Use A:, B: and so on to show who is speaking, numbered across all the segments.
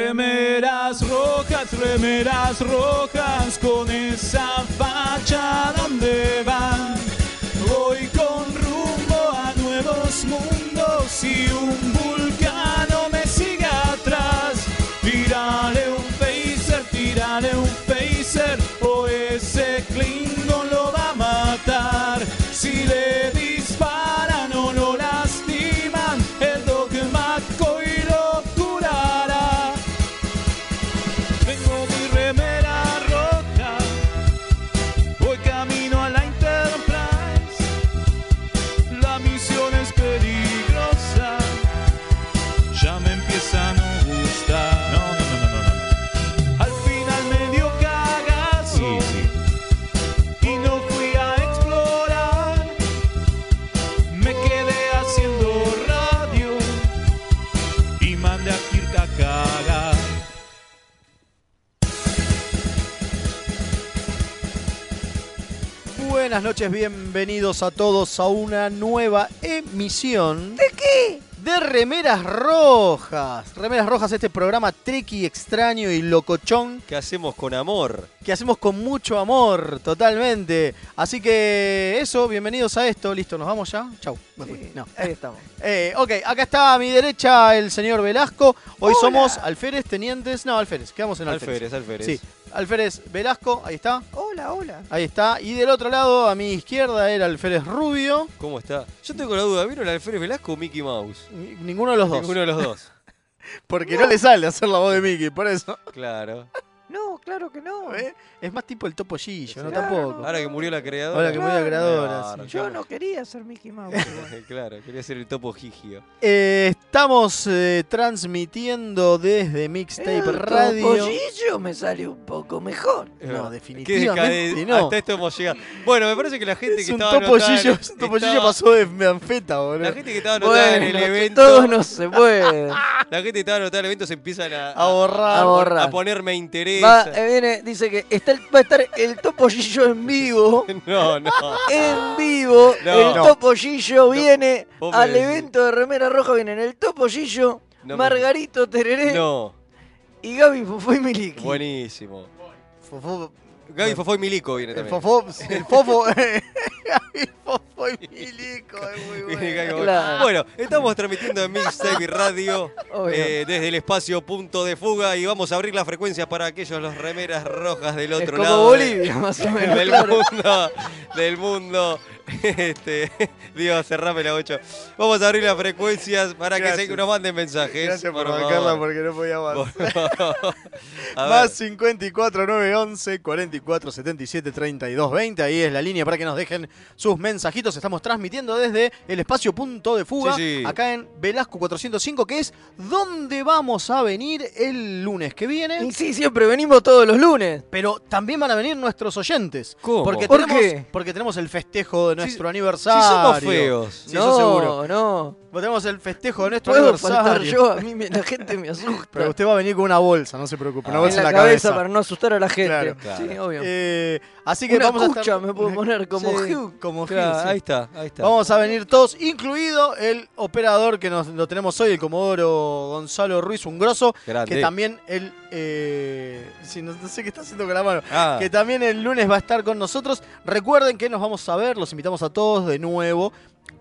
A: remeras rojas, remeras rojas, con esa facha donde van. Voy con rumbo a nuevos mundos y un vulcano me sigue atrás. Tírale un phaser, tírale un phaser, o ese Klingon lo va a matar. Si le disparan o lo lastiman, el dogmático y lo curará. Tengo mi remera roja, voy camino a la Enterprise. La misión es peligrosa, ya me empieza a no gustar. No, no, no, no, no. Al final me dio cagazo y no fui a explorar. Me quedé haciendo radio y mandé a Kirk a cagar.
B: Buenas noches, bienvenidos a todos a una nueva emisión. ¿De qué? De Remeras Rojas. Remeras Rojas, este programa tricky, extraño y locochón
C: ¿Qué hacemos con amor?
B: que hacemos con mucho amor, totalmente. Así que eso, bienvenidos a esto. Listo, nos vamos ya. Chau. Me fui. No.
D: Ahí estamos.
B: Eh, ok, acá está a mi derecha el señor Velasco. Hoy somos alférez, tenientes. No, alférez, quedamos en
C: Alférez,
B: alférez.
C: alférez.
B: Sí, alférez Velasco, ahí está.
D: Hola, hola.
B: Ahí está. Y del otro lado, a mi izquierda, era Alférez Rubio.
C: ¿Cómo está? Yo tengo la duda, ¿vieron al alférez Velasco o Mickey Mouse?
B: Ni- Ninguno de los dos.
C: Ninguno de los dos.
B: Porque no. le sale hacer la voz de Mickey, por eso.
C: Claro.
D: No, claro que no.
B: ¿Eh? Es más tipo el topo Gillo, no
D: Claro.
B: tampoco.
C: Ahora que murió la creadora.
B: Ahora que muy
D: Claro.
B: agradora.
C: Claro.
B: sí.
D: Yo no quería ser Mickey Mouse. igual.
C: Claro, quería ser el topo Gigio.
B: Eh, estamos eh, transmitiendo desde Mixtape
D: El
B: Radio.
D: topollillo me salió un poco mejor.
C: Es
B: No,
C: verdad.
B: definitivamente
C: Qué decaden-
B: no.
C: Hasta esto hemos llegado. Bueno, me parece que la gente
B: Es
C: que
B: un
C: estaba
B: topo
C: anotada en-
B: Gillo, es un topo Gillo
C: estaba-
B: pasó de meanfeta, boludo.
C: La gente que estaba anotada
D: Bueno,
C: en el evento.
D: todos no se pueden.
C: La gente que estaba anotada en el evento se empiezan a,
B: A borrar.
D: A borrar.
C: a ponerme interés.
D: Va, eh, viene, dice que está el- va a estar el topollillo en vivo.
C: No, no.
D: En vivo,
C: No.
D: el
B: No.
D: topollillo viene
C: Vos me
D: al
C: decís.
D: evento de Remera Roja. Vienen el topollillo,
C: No me-
D: Margarito Tereré
C: No.
D: y Gaby Fufú y Miliki.
C: Buenísimo.
B: Fofó-
C: Gaby Fofó y Milico viene
B: el
C: también.
B: fofo, el fofo, el fofo y milico, es muy bueno.
C: Viene Gaby Fofó.
D: Claro.
C: Bueno, estamos transmitiendo en Mixtape Radio
D: Obvio.
C: eh, desde el espacio Punto de Fuga y vamos a abrir las frecuencias para aquellos los remeras rojas del
D: es
C: otro
D: como
C: lado. de-
D: Bolivia, más o menos.
C: del
D: claro.
C: mundo, del mundo. Este, Dios, cerrame la 8. Vamos a abrir las frecuencias para que
B: Gracias.
C: se, nos manden mensajes.
B: Gracias por,
C: favor.
B: bancarla porque no podía más.
C: Por favor. A ver,
B: Más 54 911 44 77 32 20. Ahí es la línea para que nos dejen sus mensajitos. Estamos transmitiendo desde el espacio Punto de Fuga,
C: Sí, sí.
B: acá en Velasco 405, que es donde vamos a venir el lunes que viene.
D: Y sí, siempre venimos todos los lunes.
B: Pero también van a venir nuestros oyentes.
C: ¿Cómo?
B: Porque
D: ¿Por
B: tenemos,
D: qué?
B: Porque tenemos el festejo de nuestro
C: si
B: aniversario.
C: somos feos.
B: Sí,
D: no,
B: eso seguro.
D: no.
B: Tenemos el festejo de nuestro
D: Puedo faltar
B: aniversario.
D: yo, a mí me- la gente me asusta.
B: Pero usted va a venir con una bolsa, no se preocupe. Una
C: Ah,
D: en
B: bolsa
D: la,
B: en la
D: cabeza,
B: cabeza.
D: para no asustar a la gente.
B: Claro,
C: claro.
D: Sí, obvio.
B: Eh, así que
D: Una
B: vamos a
D: cucha
B: estar...
D: me puedo poner como
B: Sí,
D: Hugh.
B: Como Hugh,
C: Claro,
B: sí.
C: ahí está, ahí está.
B: Vamos a venir todos, incluido el operador que nos, lo tenemos hoy, el comodoro Gonzalo Ruiz, un grosso,
C: Grande.
B: que también el... eh, sí, no, no sé qué está haciendo con la mano.
C: Ah,
B: Que también el lunes va a estar con nosotros. Recuerden que nos vamos a ver, los invitamos a todos de nuevo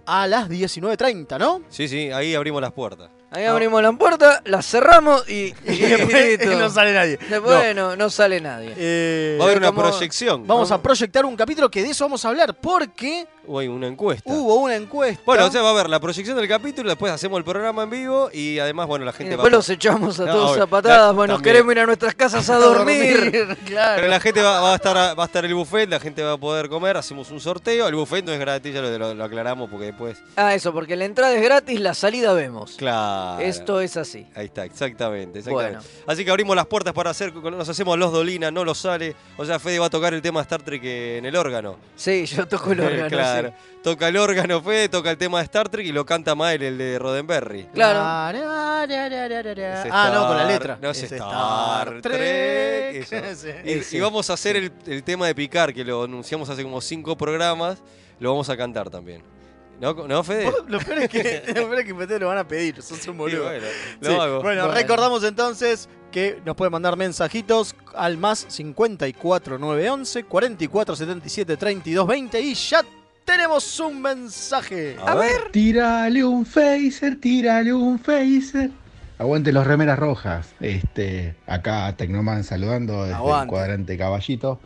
B: a las 19.30, ¿no?
C: sí, sí, ahí abrimos las puertas.
D: Ahí
B: No.
D: abrimos la puerta, la cerramos y, y listo.
B: no sale nadie.
D: Después no. no sale nadie.
B: Eh,
C: Va a haber una
D: como-
C: proyección.
B: vamos a proyectar un capítulo que de eso vamos a hablar, porque
C: O hay una encuesta.
B: hubo una encuesta.
C: Bueno, o sea, va a haber la proyección del capítulo, después hacemos el programa en vivo y además, bueno, la
D: Y
C: gente va
D: después
C: a-
D: los echamos a
C: No,
D: todos
C: obvio.
D: a patadas.
C: La-
D: Bueno, nos
C: también.
D: queremos ir a nuestras casas a dormir.
B: claro.
C: Pero la gente va, va a estar va a estar el buffet, la gente va a poder comer, hacemos un sorteo. El buffet no es gratis, ya lo, lo- lo aclaramos porque después.
D: ah, eso, porque la entrada es gratis, la salida vemos.
C: Claro.
D: Esto es así.
C: Ahí está, exactamente. exactamente. Así que abrimos las puertas para hacer, nos hacemos los Dolina, no los sale. O sea, Fede va a tocar el tema Star Trek en el órgano.
D: Sí, yo toco el órgano. sí.
C: claro. Toca el órgano Fede, toca el tema de Star Trek y lo canta más él, el de Roddenberry.
D: Claro.
C: Es
B: Ah, no,
C: Star-
B: con la letra.
C: No es, Star, Trek. eso. Y-
B: Ese.
C: Y, vamos a hacer el, el tema de Picar, que lo anunciamos hace como cinco programas. Lo vamos a cantar también. ¿No, no Fede?
B: Vos, Lo peor es que, lo peor es que ustedes lo van a pedir, sos un
C: Y
B: boludo.
C: bueno, lo
B: Sí,
C: hago.
B: Bueno,
D: Bueno.
B: recordamos entonces que nos puede mandar mensajitos al más 54911 4477 3220 y ya tenemos un mensaje.
C: A, ver.
E: Tírale un phaser, tírale un phaser. Aguante los remeras rojas. Este, acá Tecnoman saludando desde
B: Aguante.
E: el cuadrante Caballito.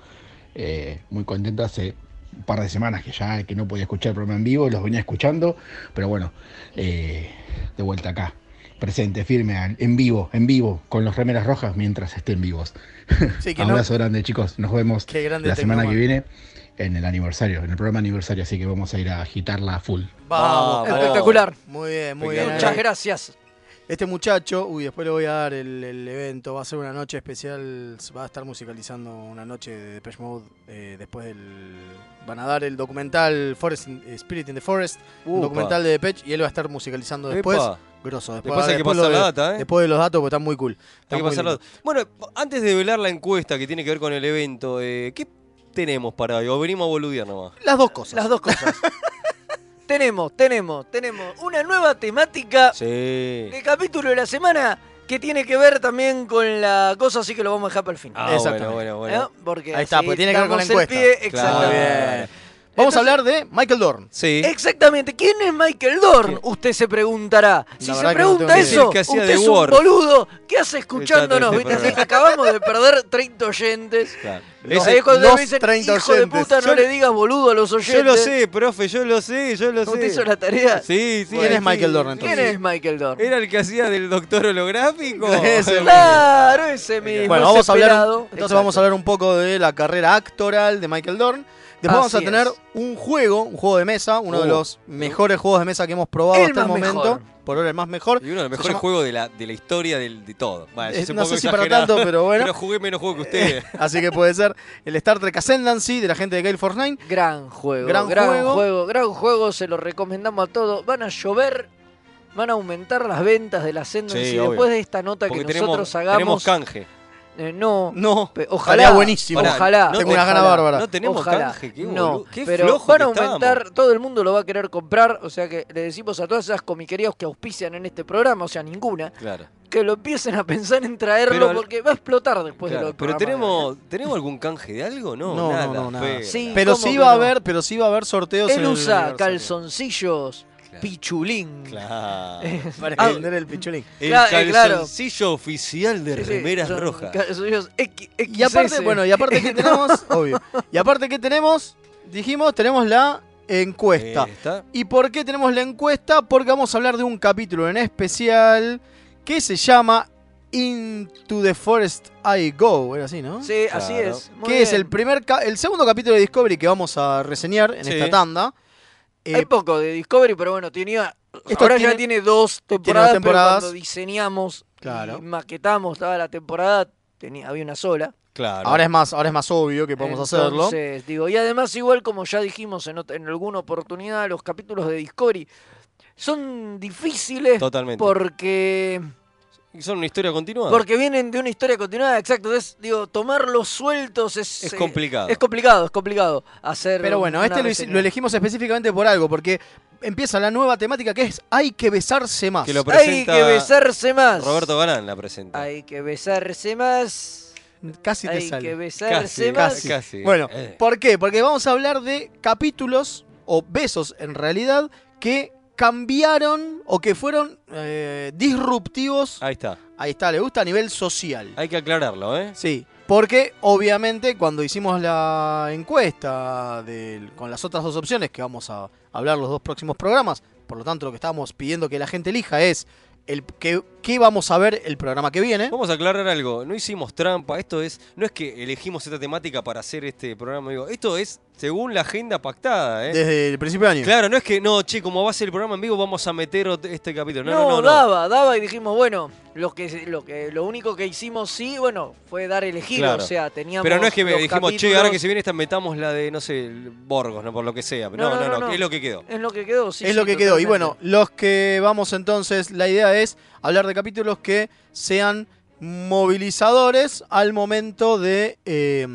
E: Eh, muy contento hace un par de semanas que ya que no podía escuchar el programa en vivo, los venía escuchando, pero bueno, eh, de vuelta acá. Presente, firme, al- en vivo, en vivo, con los remeras rojas mientras estén vivos.
B: Sí, que no-
E: Abrazo grande, chicos. Nos vemos
B: Qué grande
E: la semana
B: Tecnoman.
E: que viene en el aniversario, en el programa aniversario, así que vamos a ir a agitarla a full.
D: Ah,
B: Vamos,
C: Vamos.
D: Espectacular.
B: Muy bien, muy Ah, bien.
C: Espectacular.
D: Muchas gracias.
B: Este muchacho, uy, después le voy a dar el, el evento, va a ser una noche especial, va a estar musicalizando una noche de Depeche Mode, eh, después del... Van a dar el documental Forest in- eh, Spirit in the Forest, un
C: Upa.
B: documental de Depeche, y él va a estar musicalizando después.
C: Epa.
B: Grosso, después,
C: Después hay que
B: después
C: pasar
B: lo
C: la
B: de-
C: data, ¿eh?
B: Después de los datos, porque están muy cool.
C: Hay
B: Están
C: que
B: muy
C: pasarlo.
B: lindos.
C: Bueno, antes de develar la encuesta que tiene que ver con el evento, eh, ¿qué tenemos para hoy? O venimos a boludear nomás.
B: Las dos cosas.
D: Las dos cosas. tenemos, tenemos, tenemos una nueva
B: Ah.
D: temática
C: Sí.
D: de capítulo de la semana que tiene que ver también con la cosa, así que lo vamos a dejar para el final.
C: Ah, bueno,
B: Exactamente.
C: bueno, bueno.
D: ¿Eh? Porque
B: Ahí está,
D: así
B: porque tiene que ver con la
D: damos el
B: encuesta.
D: pie,
C: Claro.
B: Muy
D: exactamente.
B: bien. Vamos
D: Entonces-
B: a hablar de Michael Dorn.
C: Sí.
D: Exactamente. ¿Quién es Michael Dorn? Usted se preguntará. Si
B: La
D: se
B: verdad que no
D: pregunta
B: tengo ni
D: eso,
C: idea. Es el que hacía
D: usted
C: de
D: es un
C: Word.
D: boludo. ¿Qué hace escuchándonos?
C: Escuchando
D: ¿Viste?
C: este programa.
D: Acabamos de perder 30 oyentes.
C: Claro.
D: Los,
C: Ese-
D: cuando
B: los
D: me dicen,
B: 30
D: hijo de
B: oyentes".
D: puta, no
C: Yo-
D: le digas boludo a los oyentes.
C: yo lo sé, profe, yo lo sé, yo lo sé.
D: ¿Usted hizo la tarea?
C: Sí, sí.
B: ¿Quién
C: ahí
B: es Michael
C: sí.
B: Dorn,
D: ¿Quién
B: entonces?
D: es Michael Dorn?
C: ¿Era el que hacía del doctor holográfico?
B: Ese,
C: Este
D: Claro, ese mismo.
B: Bueno, vamos a hablar. un-
D: desesperado.
B: entonces vamos a hablar un poco de la carrera actoral de Michael Dorn. Después vamos a
D: Así
B: tener
D: es.
B: un juego, un juego de mesa, uno de
C: Uh.
B: los mejores juegos de mesa que hemos probado
D: El
B: hasta el
D: más
B: momento.
D: mejor.
B: Por ahora el más mejor.
C: Y uno de los
B: Se
C: mejores
B: llama-
C: juegos de la, de la historia del, de todo. Bueno, eso
B: Eh,
C: es un
B: no
C: poco
B: sé si para
C: exagerado,
B: tanto, pero bueno.
C: Pero jugué menos juego que ustedes.
B: Así que puede ser el Star Trek Ascendancy de la gente de Gale Force 9.
D: Gran juego,
B: Gran
D: gran,
B: juego.
D: juego. gran juego, se lo recomendamos a todos. Van a llover, van a aumentar las ventas de la senda
C: Sí,
D: y
C: obvio.
D: después de esta nota
C: Porque
D: que
C: tenemos,
D: nosotros
C: tenemos
D: hagamos.
C: canje.
D: eh, no,
B: No.
D: pe-
B: Estaría
D: ojalá.
B: buenísimo.
D: Ojalá.
C: No,
B: Tengo una gana
D: ojalá.
B: bárbara.
C: No tenemos
D: Ojalá.
C: canje, qué
D: no,
C: boludo, qué
D: pero
C: flojo
D: van
C: que
D: a aumentar,
C: estábamos.
D: todo el mundo lo va a querer comprar, o sea que le decimos a todas esas comiquerías que auspician en este programa, o sea, ninguna,
C: Claro.
D: que lo empiecen a pensar en traerlo
C: Pero-
D: porque va a explotar
C: claro.
D: después pues, de lo que
C: pero
D: programa de
C: tenemos, ¿tenemos algún canje de algo? No,
B: No, no,
C: nada.
B: no, nada.
C: fue-
D: Sí,
B: Pero
D: ¿Cómo
B: sí
D: que
B: va a
D: no?
B: haber, pero sí va a haber sorteos. en
D: Él
B: el
D: usa
B: aniversario.
D: calzoncillos,
C: Claro.
D: pichulín.
C: Claro.
B: Para
D: Ah,
B: vender el pichulín.
C: El
D: Claro, eh, claro.
C: calzoncillo oficial de
D: Sí, sí,
C: remeras
D: son
C: rojas.
D: calzoncillos X-
B: Y aparte,
D: XS.
B: bueno, y aparte que tenemos, obvio. Y aparte que tenemos, dijimos, tenemos la encuesta.
C: Eh, está.
B: ¿Y por qué tenemos la encuesta? Porque vamos a hablar de un capítulo en especial que se llama Into the Forest I Go, era así, ¿no?
D: Sí, así
C: Claro.
D: es. Muy
B: Que es
D: bien.
B: el primer ca- el segundo capítulo de Discovery que vamos a reseñar en
C: Sí.
B: esta tanda. Eh,
D: Hay poco de Discovery, pero bueno, tenía.
B: Esto
D: ahora
B: tiene-
D: ya tiene dos temporadas,
B: temporadas.
D: pero cuando diseñamos
B: Claro.
D: y maquetamos toda la temporada, tenía, había una sola.
C: Claro.
B: ahora es más, ahora es más obvio que podemos hacerlo.
D: Entonces, digo, y además, igual como ya dijimos en, ot- en alguna oportunidad, los capítulos de Discovery son difíciles
C: Totalmente.
D: porque.
C: Son una historia continuada.
D: Porque vienen de una historia continuada, exacto. Entonces, digo, tomarlos sueltos es.
C: es
D: eh,
C: complicado.
D: Es complicado, es complicado hacer.
B: Pero bueno,
D: una
B: este lo, hici-
D: reseña.
B: lo elegimos específicamente por algo, porque empieza la nueva temática que es hay que besarse más.
C: Que lo
D: Hay
C: presenta
D: que besarse más.
C: Roberto Galán la presenta.
D: Hay que besarse más.
B: Casi te
D: Hay
B: sale.
D: que besarse
C: casi,
D: más.
C: casi, casi.
B: Bueno,
C: Eh,
B: ¿por qué? Porque vamos a hablar de capítulos o besos en realidad que cambiaron o que fueron eh, disruptivos.
C: ahí está.
B: Ahí está, le gusta a nivel social.
C: Hay que aclararlo, ¿eh?
B: Sí, porque obviamente cuando hicimos la encuesta del- con las otras dos opciones que vamos a hablar los dos próximos programas, por lo tanto lo que estábamos pidiendo que la gente elija es el qué qué vamos a ver el programa que viene.
C: Vamos a aclarar algo. No hicimos trampa. Esto es. No es que elegimos esta temática para hacer este programa. Digo, esto es según la agenda pactada, ¿eh?
B: Desde el principio de año.
C: Claro, no es que. No, che, como va a ser el programa en vivo, vamos a meter ot- este capítulo. No,
D: No,
C: no, no. no.
D: daba, daba y dijimos, bueno, lo que lo que lo único que hicimos sí, bueno, fue dar el giro,
C: Claro.
D: o sea, teníamos
C: Pero no es que me
D: los
C: dijimos, che, ahora que
D: capítulos-
C: se viene esta, metamos la de, no sé, el Borgos, no por lo que sea. No,
D: No,
C: no, no,
D: no, no, no.
C: es lo que quedó.
D: es lo que quedó, sí.
B: es
D: sí,
B: lo que quedó. Y bueno,
D: totalmente.
B: los que vamos entonces, la idea es hablar de capítulos que sean movilizadores al momento de. eh,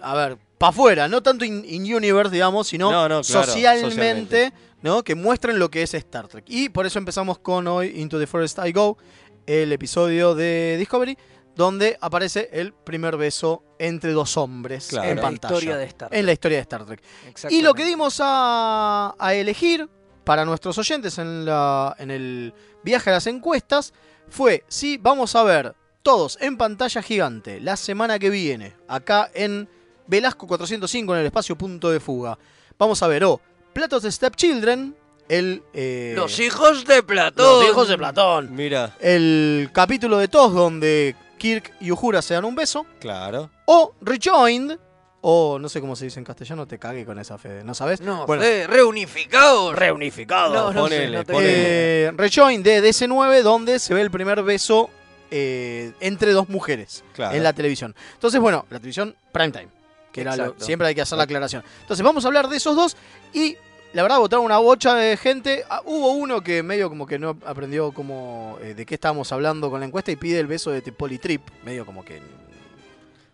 B: a ver, para afuera, no tanto in- in-universe, digamos, sino
C: No, no, claro,
B: socialmente,
C: socialmente.
B: ¿no? Que muestren lo que es Star Trek. Y por eso empezamos con hoy Into the Forest I Go. el episodio de Discovery donde aparece el primer beso entre dos hombres
C: Claro.
B: en
C: En la
B: pantalla.
D: historia de Star Trek.
B: En la historia de Star Trek. Y
D: Exactamente.
B: lo que dimos a, a elegir para nuestros oyentes en, la, en el viaje a las encuestas fue si vamos a ver todos en pantalla gigante la semana que viene, acá en Velasco 405, en el espacio Punto de Fuga. Vamos a ver o Platos de Stepchildren, el... eh,
D: Los hijos de Platón.
B: los hijos de Platón.
C: Mira,
B: El capítulo de TOS donde Kirk y Uhura se dan un beso.
C: claro.
B: O Rejoined. O no sé cómo se dice en castellano, te cagué con esa fe. ¿No sabes?
D: No,
B: Bueno,
D: Fede, reunificados.
B: reunificado.
D: No, no sé,
C: Ponele,
D: no te-
C: ponele.
B: Eh, Rejoin de DC9, donde se ve el primer beso eh, entre dos mujeres
C: Claro.
B: en la televisión. Entonces, bueno, la televisión primetime, que era lo-
D: Exacto.
B: siempre hay que hacer la aclaración. Entonces, vamos a hablar de esos dos y la verdad votaron una bocha de gente. Ah, hubo uno que medio como que no aprendió como eh, de qué estábamos hablando con la encuesta y pide el beso de Politrip, medio como que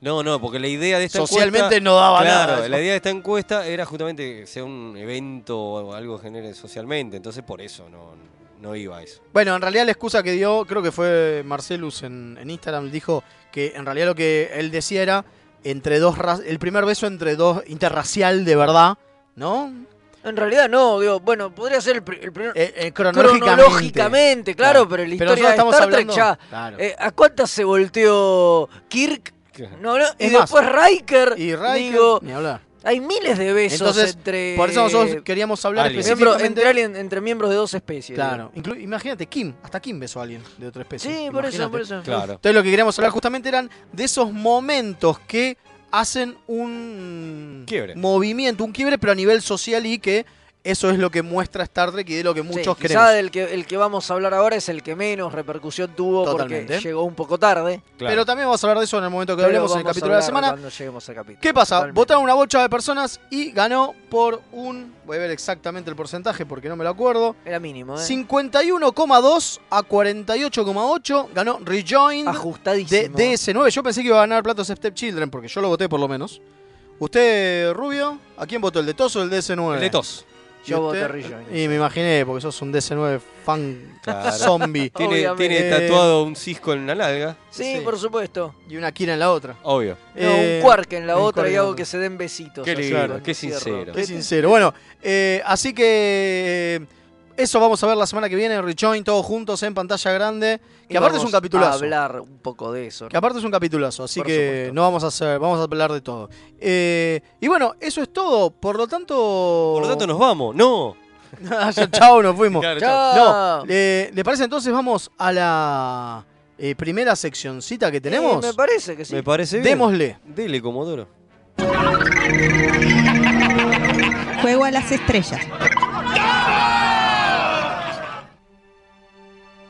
C: No, no, porque la idea de esta
B: socialmente
C: encuesta...
B: no daba
C: Claro,
B: nada.
C: la idea de esta encuesta era justamente que sea un evento o algo que genere socialmente, entonces por eso no, no iba a eso.
B: Bueno, en realidad la excusa que dio, creo que fue Marcelus en, en Instagram, dijo que en realidad lo que él decía era entre dos ra- el primer beso entre dos interracial de verdad, ¿no?
D: En realidad no, digo, bueno, podría ser el, pri- el primer-
B: Eh, eh, cronológicamente.
D: cronológicamente, claro, pero en la
B: Pero
D: historia de
B: nosotros
D: Star Trek
B: estamos
D: ya.
B: hablando- Claro.
D: eh, ¿A cuántas se volteó Kirk? No, no, y
B: Es más,
D: después Riker.
B: y Riker,
D: Digo, eh,
B: ni hablar.
D: hay miles de besos
B: Entonces,
D: entre.
B: Por eso nosotros queríamos hablar
C: Alien.
D: miembro-
B: específicamente...
D: entre, alien- entre miembros de dos especies.
B: Claro, inclu- imagínate Kim, hasta Kim besó a alguien de otra especie.
D: digo. Sí, por eso,
B: imagínate.
D: por eso.
C: Claro.
B: Entonces lo que queríamos hablar justamente eran de esos momentos que hacen un
C: Quiebre.
B: movimiento, un quiebre, pero a nivel social y que eso es lo que muestra Star Trek y de lo que
D: Sí,
B: muchos
D: quizá
B: queremos.
D: del que, el que vamos a hablar ahora es el que menos repercusión tuvo
B: Totalmente.
D: porque llegó un poco tarde.
B: Pero también vamos a hablar de eso en el momento que hablemos en
D: Pero
B: el
D: vamos a
B: capítulo de la
D: hablar
B: semana.
D: Cuando lleguemos al capítulo.
B: ¿Qué pasa?
D: Totalmente.
B: Votaron una bocha de personas y ganó por un, voy a ver exactamente el porcentaje porque no me lo acuerdo,
D: Era mínimo, ¿eh?
B: 51,2 a 48,8 ganó Rejoin de
D: Ajustadísimo.
B: DS9. Yo pensé que iba a ganar Platos Step Children porque yo lo voté por lo menos. Usted, Rubio, ¿a quién votó? ¿El de TOS o el DS9?
C: El de tos.
B: ¿Y
D: Yo
B: usted?
D: voté Rejoin.
B: Y me imaginé, porque sos un DS9 fan
C: Claro.
B: zombie
C: Tiene,
D: Obviamente.
B: Eh.
C: tiene tatuado un cisco en la nalga.
D: Sí,
B: Sí.
D: por supuesto.
B: y una Kira en la otra.
C: Obvio.
D: No,
B: Eh,
D: un quark en la
B: un
D: otra
B: quark
D: y
B: en la
D: hago
B: otra.
D: que se den besitos.
C: Qué
D: así,
C: lindo,
D: con
C: qué
D: cierre.
C: sincero.
B: Qué sincero. Bueno, eh, así que eh, eso vamos a ver la semana que viene, Rejoin, todos juntos en pantalla grande. Que
D: Y
B: aparte es
D: vamos
B: un capitulazo.
D: A hablar un poco de eso. ¿no?
B: Que aparte es un capitulazo, así
D: Por
B: que
D: supuesto.
B: no vamos a hacer, vamos a hablar de todo. Eh, y bueno, eso es todo. Por lo tanto. Ah,
C: Por lo tanto nos vamos. No.
B: ya, chao, nos fuimos.
C: Claro, chao.
D: Chao.
B: No, eh, ¿le parece entonces vamos a la eh, primera seccioncita que tenemos?
D: Eh, me parece que sí.
C: Me parece bien.
B: Démosle.
C: Dele, Comodoro.
F: Juego a las estrellas.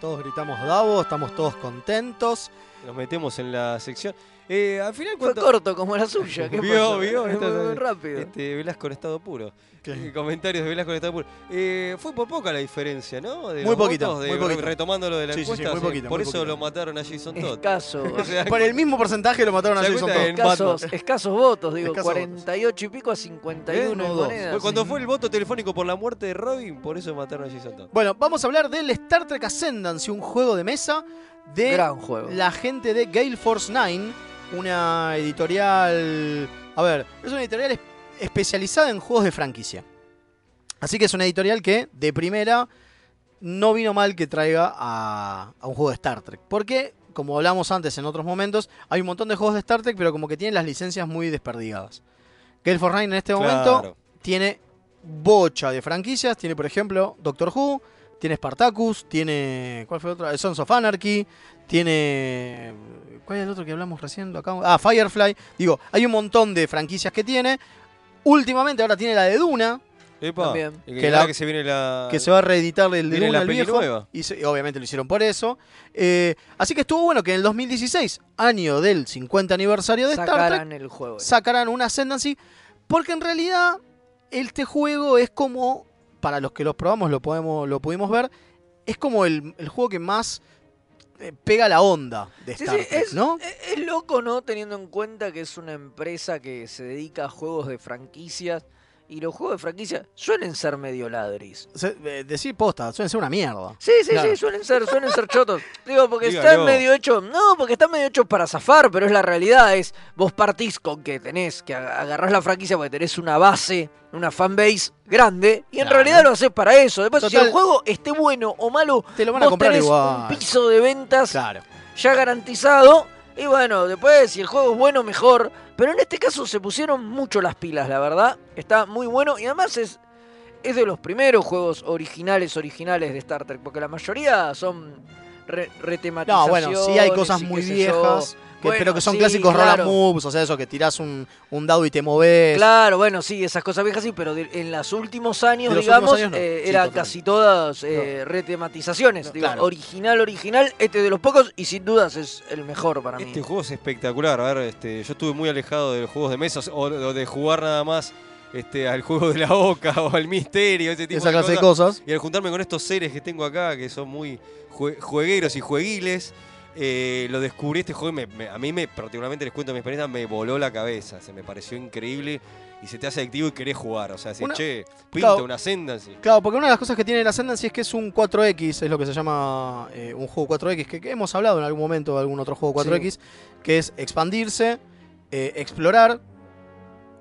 B: Todos gritamos Davo, estamos todos contentos.
C: Nos metemos en la sección. Eh, al final,
D: Fue
C: ¿cuánto?
D: corto como la suya. ¿Qué
C: Vio,
D: pasó?
C: vio,
D: Es
C: esto
D: muy-
C: es-
D: muy rápido.
C: Este, Velasco en estado puro. Eh, Comentarios de Velasco en estado puro. Eh, fue por poca la diferencia, ¿no? De los
B: Muy poquito,
C: votos, de-
B: muy poquito.
C: Retomando lo de la
B: Sí, sí, sí,
C: encuesta.
B: muy
C: eh,
B: poquito,
C: por
B: muy
C: eso
B: poquito.
C: lo mataron a Jason Todd.
D: Escasos,
C: Se dan
B: Por el mismo porcentaje lo mataron a
C: ¿Se da
B: Jason
C: cuenta?
B: Todd.
C: En
D: escasos,
C: votos.
D: escasos votos, digo,
B: Escasos
D: 48 y pico a 51
B: Eh,
D: en
B: no, dos.
D: monedas. Mm.
C: Fue cuando fue el voto telefónico por la muerte de Robin, por eso mataron a Jason Todd.
B: Bueno, vamos a hablar del Star Trek Ascendancy, un juego de mesa de
D: Gran juego.
B: la gente de Gale Force 9, una editorial. A ver, es una editorial es- especializada en juegos de franquicia. Así que es una editorial que, de primera, no vino mal que traiga a, a un juego de Star Trek. Porque, como hablamos antes en otros momentos, hay un montón de juegos de Star Trek, pero como que tienen las licencias muy desperdigadas. Gale Force 9 en este momento
C: Claro.
B: tiene bocha de franquicias. Tiene, por ejemplo, Doctor Who, tiene Spartacus, tiene. ¿Cuál fue otra? Eh, Sons of Anarchy, tiene. ¿Cuál es el otro que hablamos recién? Lo acabamos- Ah, Firefly. Digo, hay un montón de franquicias que tiene. Últimamente ahora tiene la de Duna,
C: Epa,
D: También.
C: y Que,
B: Que
C: ahora
B: la-
C: que se viene la.
B: que se va a reeditar el de
C: Viene
B: Duna
C: la
B: el
C: peli
B: viejo.
C: nueva.
B: Y se- y obviamente lo hicieron por eso. Eh, así que estuvo bueno que en el 2016, año del 50 aniversario de Star Trek,
D: Sacarán el juego.
B: sacarán un Ascendancy. Porque en realidad, este juego es como. Para los que los probamos, lo, podemos, lo pudimos ver. Es como el, el juego que más eh, pega la onda de
D: Sí,
B: Star
D: sí,
B: Trek,
D: es, e-,
B: ¿no?
D: es- es loco, ¿no? Teniendo en cuenta que es una empresa que se dedica a juegos de franquicias y los juegos de franquicia suelen ser medio ladris.
B: Se- eh, decir posta, suelen ser una mierda.
D: Sí, sí,
B: Claro.
D: sí, suelen ser, suelen ser chotos. Digo, porque
C: Dígalo.
D: están medio hechos. No, porque están medio hechos para zafar, pero es la realidad. Es vos partís con que tenés, que ag- agarrás la franquicia porque tenés una base, una fanbase grande, y en
B: Claro.
D: realidad lo haces para eso. Después, si
B: Total.
D: el juego esté bueno o malo,
B: Te lo van a
D: vos
B: comprar
D: tenés
B: igual.
D: un piso de ventas
B: Claro.
D: ya garantizado. Y bueno, después si el juego es bueno, mejor. Pero en este caso se pusieron mucho las pilas, la verdad. Está muy bueno. Y además es, es de los primeros juegos originales, originales de Star Trek. Porque la mayoría son re,
B: No,
D: retematizaciones.
B: bueno, sí hay cosas
D: y
B: muy
D: qué sé
B: viejas,
D: yo.
B: que-
D: Bueno,
B: pero que son
D: sí,
B: clásicos roll
D: claro.
B: and moves, o sea, eso que tirás un, un dado y te moves.
D: Claro, bueno, sí, esas cosas viejas sí, pero de- en los últimos años,
B: De los
D: digamos,
B: últimos años no.
D: eh,
B: Sí,
D: eran
B: totalmente.
D: casi todas eh, retematizaciones. digo,
B: claro.
D: Original, original, este de los pocos y sin dudas es el mejor para mí.
C: Este juego es espectacular. A ver, este, yo estuve muy alejado de los juegos de mesas o o de jugar nada más este, al juego de la oca o al misterio, ese tipo
B: esa
C: de
B: clase de
C: cosas.
B: cosas.
C: Y al juntarme con estos seres que tengo acá, que son muy jue- juegueros y jueguiles, eh, lo descubrí este juego y me- me- a mí me, particularmente les cuento mi experiencia, me voló la cabeza, se me pareció increíble y se te hace adictivo y querés jugar. O sea, decís,
B: Una-
C: che, pinta
B: Claro.
C: una senda así.
B: Claro, porque una de las cosas que tiene el Ascendancy es que es un 4X, es lo que se llama eh, un juego 4X, que, que hemos hablado en algún momento de algún otro juego 4X, que es expandirse, eh, explorar,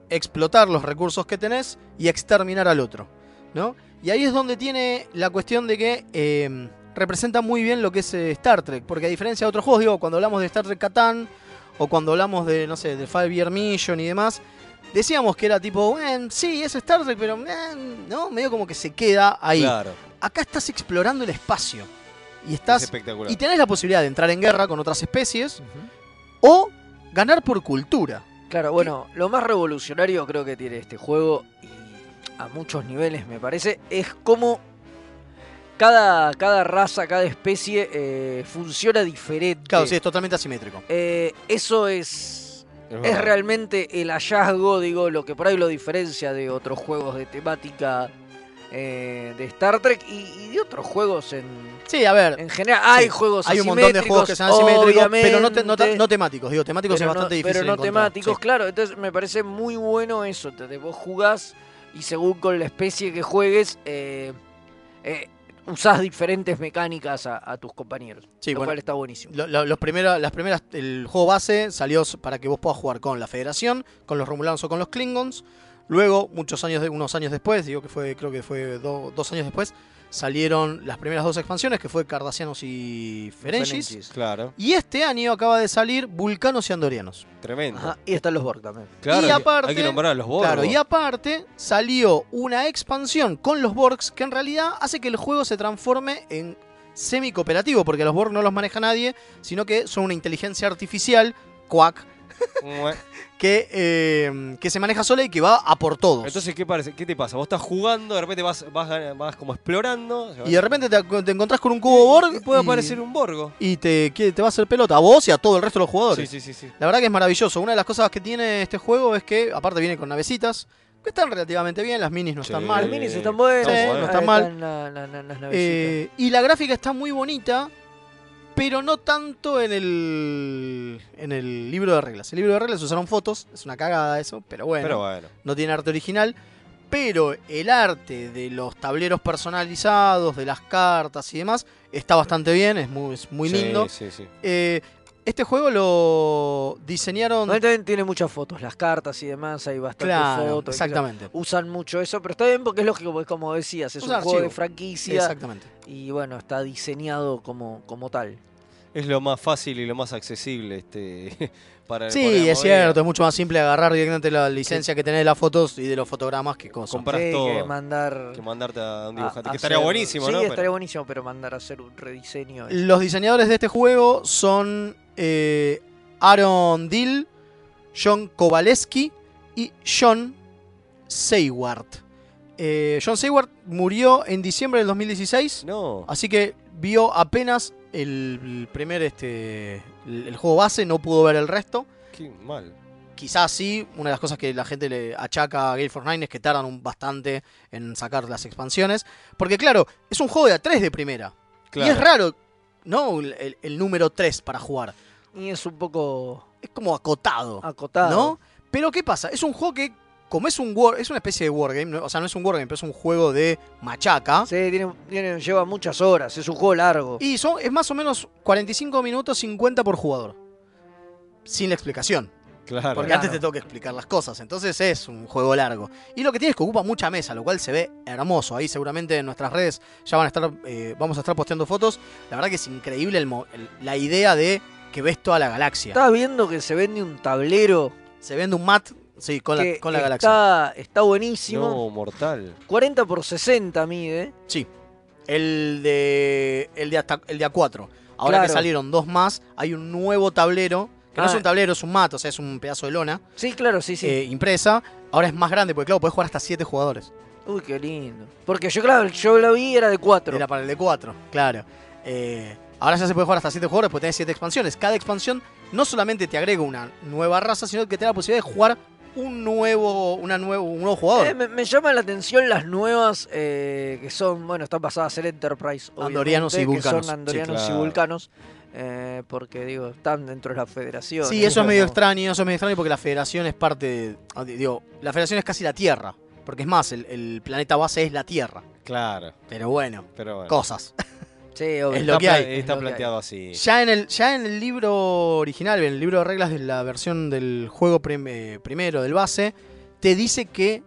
B: explotar los recursos que tenés y exterminar al otro, ¿no? Y ahí es donde tiene la cuestión de que eh, representa muy bien lo que es eh, Star Trek, porque a diferencia de otros juegos, digo, cuando hablamos de Star Trek Catán o cuando hablamos de, no sé, de Five Year Mission y demás, decíamos que era tipo, "Eh, sí, es Star Trek, pero, eh, ¿no? Medio como que se queda ahí.
C: Claro,
B: Acá estás explorando el espacio y
C: es
B: estás
C: espectacular.
B: y tenés la posibilidad de entrar en guerra con otras especies o ganar por cultura.
D: Claro, bueno, lo más revolucionario creo que tiene este juego, y a muchos niveles me parece, es cómo cada, cada raza, cada especie eh, funciona diferente.
B: Claro, sí, es totalmente asimétrico.
D: Eh, eso es, es
C: verdad.
D: realmente el hallazgo, digo, lo que por ahí lo diferencia de otros juegos de temática eh, de Star Trek y, y de otros juegos en...
B: Sí, a ver,
D: En general, hay
B: Sí,
D: juegos
B: hay un montón de juegos que son asimétricos, pero no, te- no te- no temáticos, digo, temáticos
D: pero
B: es bastante
D: no,
B: difícil.
D: Pero no
B: encontrar,
D: temáticos,
B: sí.
D: claro. Entonces me parece muy bueno eso. Entonces, vos jugás y según con la especie que juegues, eh, eh, usás diferentes mecánicas a, a tus compañeros.
B: Sí,
D: lo
B: bueno.
D: cual está buenísimo.
B: Lo- lo- los primera- las primeras, el juego base salió s- para que vos puedas jugar con la Federación, con los Romulanos o con los Klingons. Luego, muchos años, de- unos años después, digo que fue, creo que fue do- dos años después, salieron las primeras dos expansiones, que fue Cardassianos y Ferengis.
D: Ferengis.
C: Claro,
B: Y este año acaba de salir Vulcanos y Andorianos.
C: tremendo.
D: Ajá, y están los Borg también.
C: Claro,
B: Y
C: hay que-
B: aparte-
C: hay que nombrar a los borgos.
B: Claro, y aparte salió una expansión con los Borgs que en realidad hace que el juego se transforme en semi cooperativo, porque a los Borg no los maneja nadie, sino que son una inteligencia artificial, Quack,
C: Mua.
B: que, eh, que se maneja sola y que va a por todos.
C: Entonces, ¿qué, parece? ¿qué te pasa? Vos estás jugando, de repente vas, vas, vas como explorando.
B: y de repente te, ac- te encontrás con un cubo Borg
C: Y puede aparecer un borgo.
B: y te, que- te va a hacer pelota a vos y a todo el resto de los
C: Sí,
B: jugadores.
C: sí, sí, sí.
B: La verdad que es maravilloso. Una de las cosas que tiene este juego es que, aparte, viene con navecitas, que están relativamente bien, las minis no Ah, están
C: Sí.
B: mal.
D: Las minis están buenas.
B: Sí, no
D: Eh, ahí
B: está mal.
D: están la- la- la- las navecitas.
B: Eh, y la gráfica está muy bonita, pero no tanto en el, en el libro de reglas. El libro de reglas usaron fotos, es una cagada eso, pero bueno,
C: Pero bueno.
B: no tiene arte original. Pero el arte de los tableros personalizados, de las cartas y demás, está bastante bien, es muy, es muy
C: Sí,
B: lindo.
C: Sí, sí.
B: Eh, este juego lo diseñaron...
D: Bueno, también tiene muchas fotos, las cartas y demás, hay bastantes
B: Claro,
D: fotos.
B: exactamente.
D: Usan mucho eso, pero está bien porque es lógico, porque como decías, es
B: Es
D: un
B: un
D: juego de
B: archivo.
D: franquicia.
B: Exactamente.
C: Eh,
D: y bueno, está diseñado como, como tal.
C: Es lo más fácil y lo más accesible este, para para la
B: Sí,
C: movida.
B: es cierto, es mucho más simple agarrar directamente la licencia que tenés de las fotos y de los fotogramas que cosa.
C: Comprar Compras
D: Sí, que
C: todo.
D: mandar
C: Que mandarte a un
D: a-
C: dibujante.
D: a
C: que estaría
D: hacer-
C: buenísimo,
D: sí,
C: ¿no?
D: estaría
C: Pero-
D: buenísimo, pero mandar a hacer un rediseño. es-
B: Los diseñadores de este juego son eh, Aaron Dill, John Kowaleski y John Seward. Eh, John Seward murió en diciembre del 2016,
C: No.
B: así que vio apenas el primer este el el juego base, no pudo ver el resto.
C: Qué mal.
B: Quizás sí, una de las cosas que la gente le achaca a Gale Force 9 es que tardan un bastante en sacar las expansiones. Porque claro, es un juego de A3 de primera. Y es
C: Claro.
B: raro, ¿no? El, el- el número 3 para jugar.
D: Y es un poco
B: Es como acotado,
D: acotado.
B: ¿no? Pero ¿qué pasa? Es un juego que como es un war, es una especie de wargame, no- o sea, no es un wargame, pero es un juego de machaca.
D: Sí, tiene, tiene- lleva muchas horas, es un juego largo.
B: Y son, es más o menos 45 minutos 50 por jugador. Sin la explicación.
C: Claro.
B: Porque
D: Claro.
B: antes te tengo que explicar las cosas. Entonces es un juego largo. Y lo que tienes es que ocupa mucha mesa, lo cual se ve hermoso. Ahí seguramente en nuestras redes ya van a estar. eh, vamos a estar posteando fotos. La verdad que es increíble el mo- el- la idea de que ves toda la galaxia.
D: Estaba viendo que se vende un tablero
B: Se vende un mat. Sí, con la,
D: que
B: con la galaxia.
D: está, está buenísimo.
C: No, mortal.
D: 40 por 60 mide.
B: Sí. El de. El de hasta el de A4. Ahora que
D: Claro.
B: salieron dos más, hay un nuevo tablero. Que no es
D: Ah.
B: un tablero, es un mat, o sea, es un pedazo de lona
D: Sí, claro, sí, sí.
B: eh, impresa. Ahora es más grande, porque claro, podés jugar hasta 7 jugadores.
D: Uy, qué lindo. Porque yo, claro, yo lo vi era de 4.
B: Era para el de 4, claro. Eh, ahora ya se puede jugar hasta 7 jugadores, porque tenés 7 expansiones. Cada expansión no solamente te agrega una nueva raza, sino que te da la posibilidad de jugar un nuevo, una nuevo, un nuevo jugador.
D: Eh, me, me llama la atención las nuevas eh, que son, bueno, están pasadas a ser Enterprise. obviamente,
B: Andorianos y
D: Que
B: vulcanos.
D: son andorianos
C: Sí,
D: y
C: claro.
D: vulcanos. eh, porque, digo, están dentro de la federación. ¿eh?
B: sí, eso es
D: como-
B: medio extraño, eso es medio extraño porque la federación es parte, de- ah, di- digo, la federación es casi la Tierra, porque es más, el, el planeta base es la Tierra.
C: Claro.
B: Pero bueno,
C: Pero bueno.
B: cosas.
D: Sí, obvio.
B: Es lo
C: Está
B: que
C: pla-
B: hay,
D: es
C: Está
D: lo que
C: planteado así.
B: Ya en, el, ya en el libro original, en el libro de reglas de la versión del juego prim- eh, primero, del base, te dice que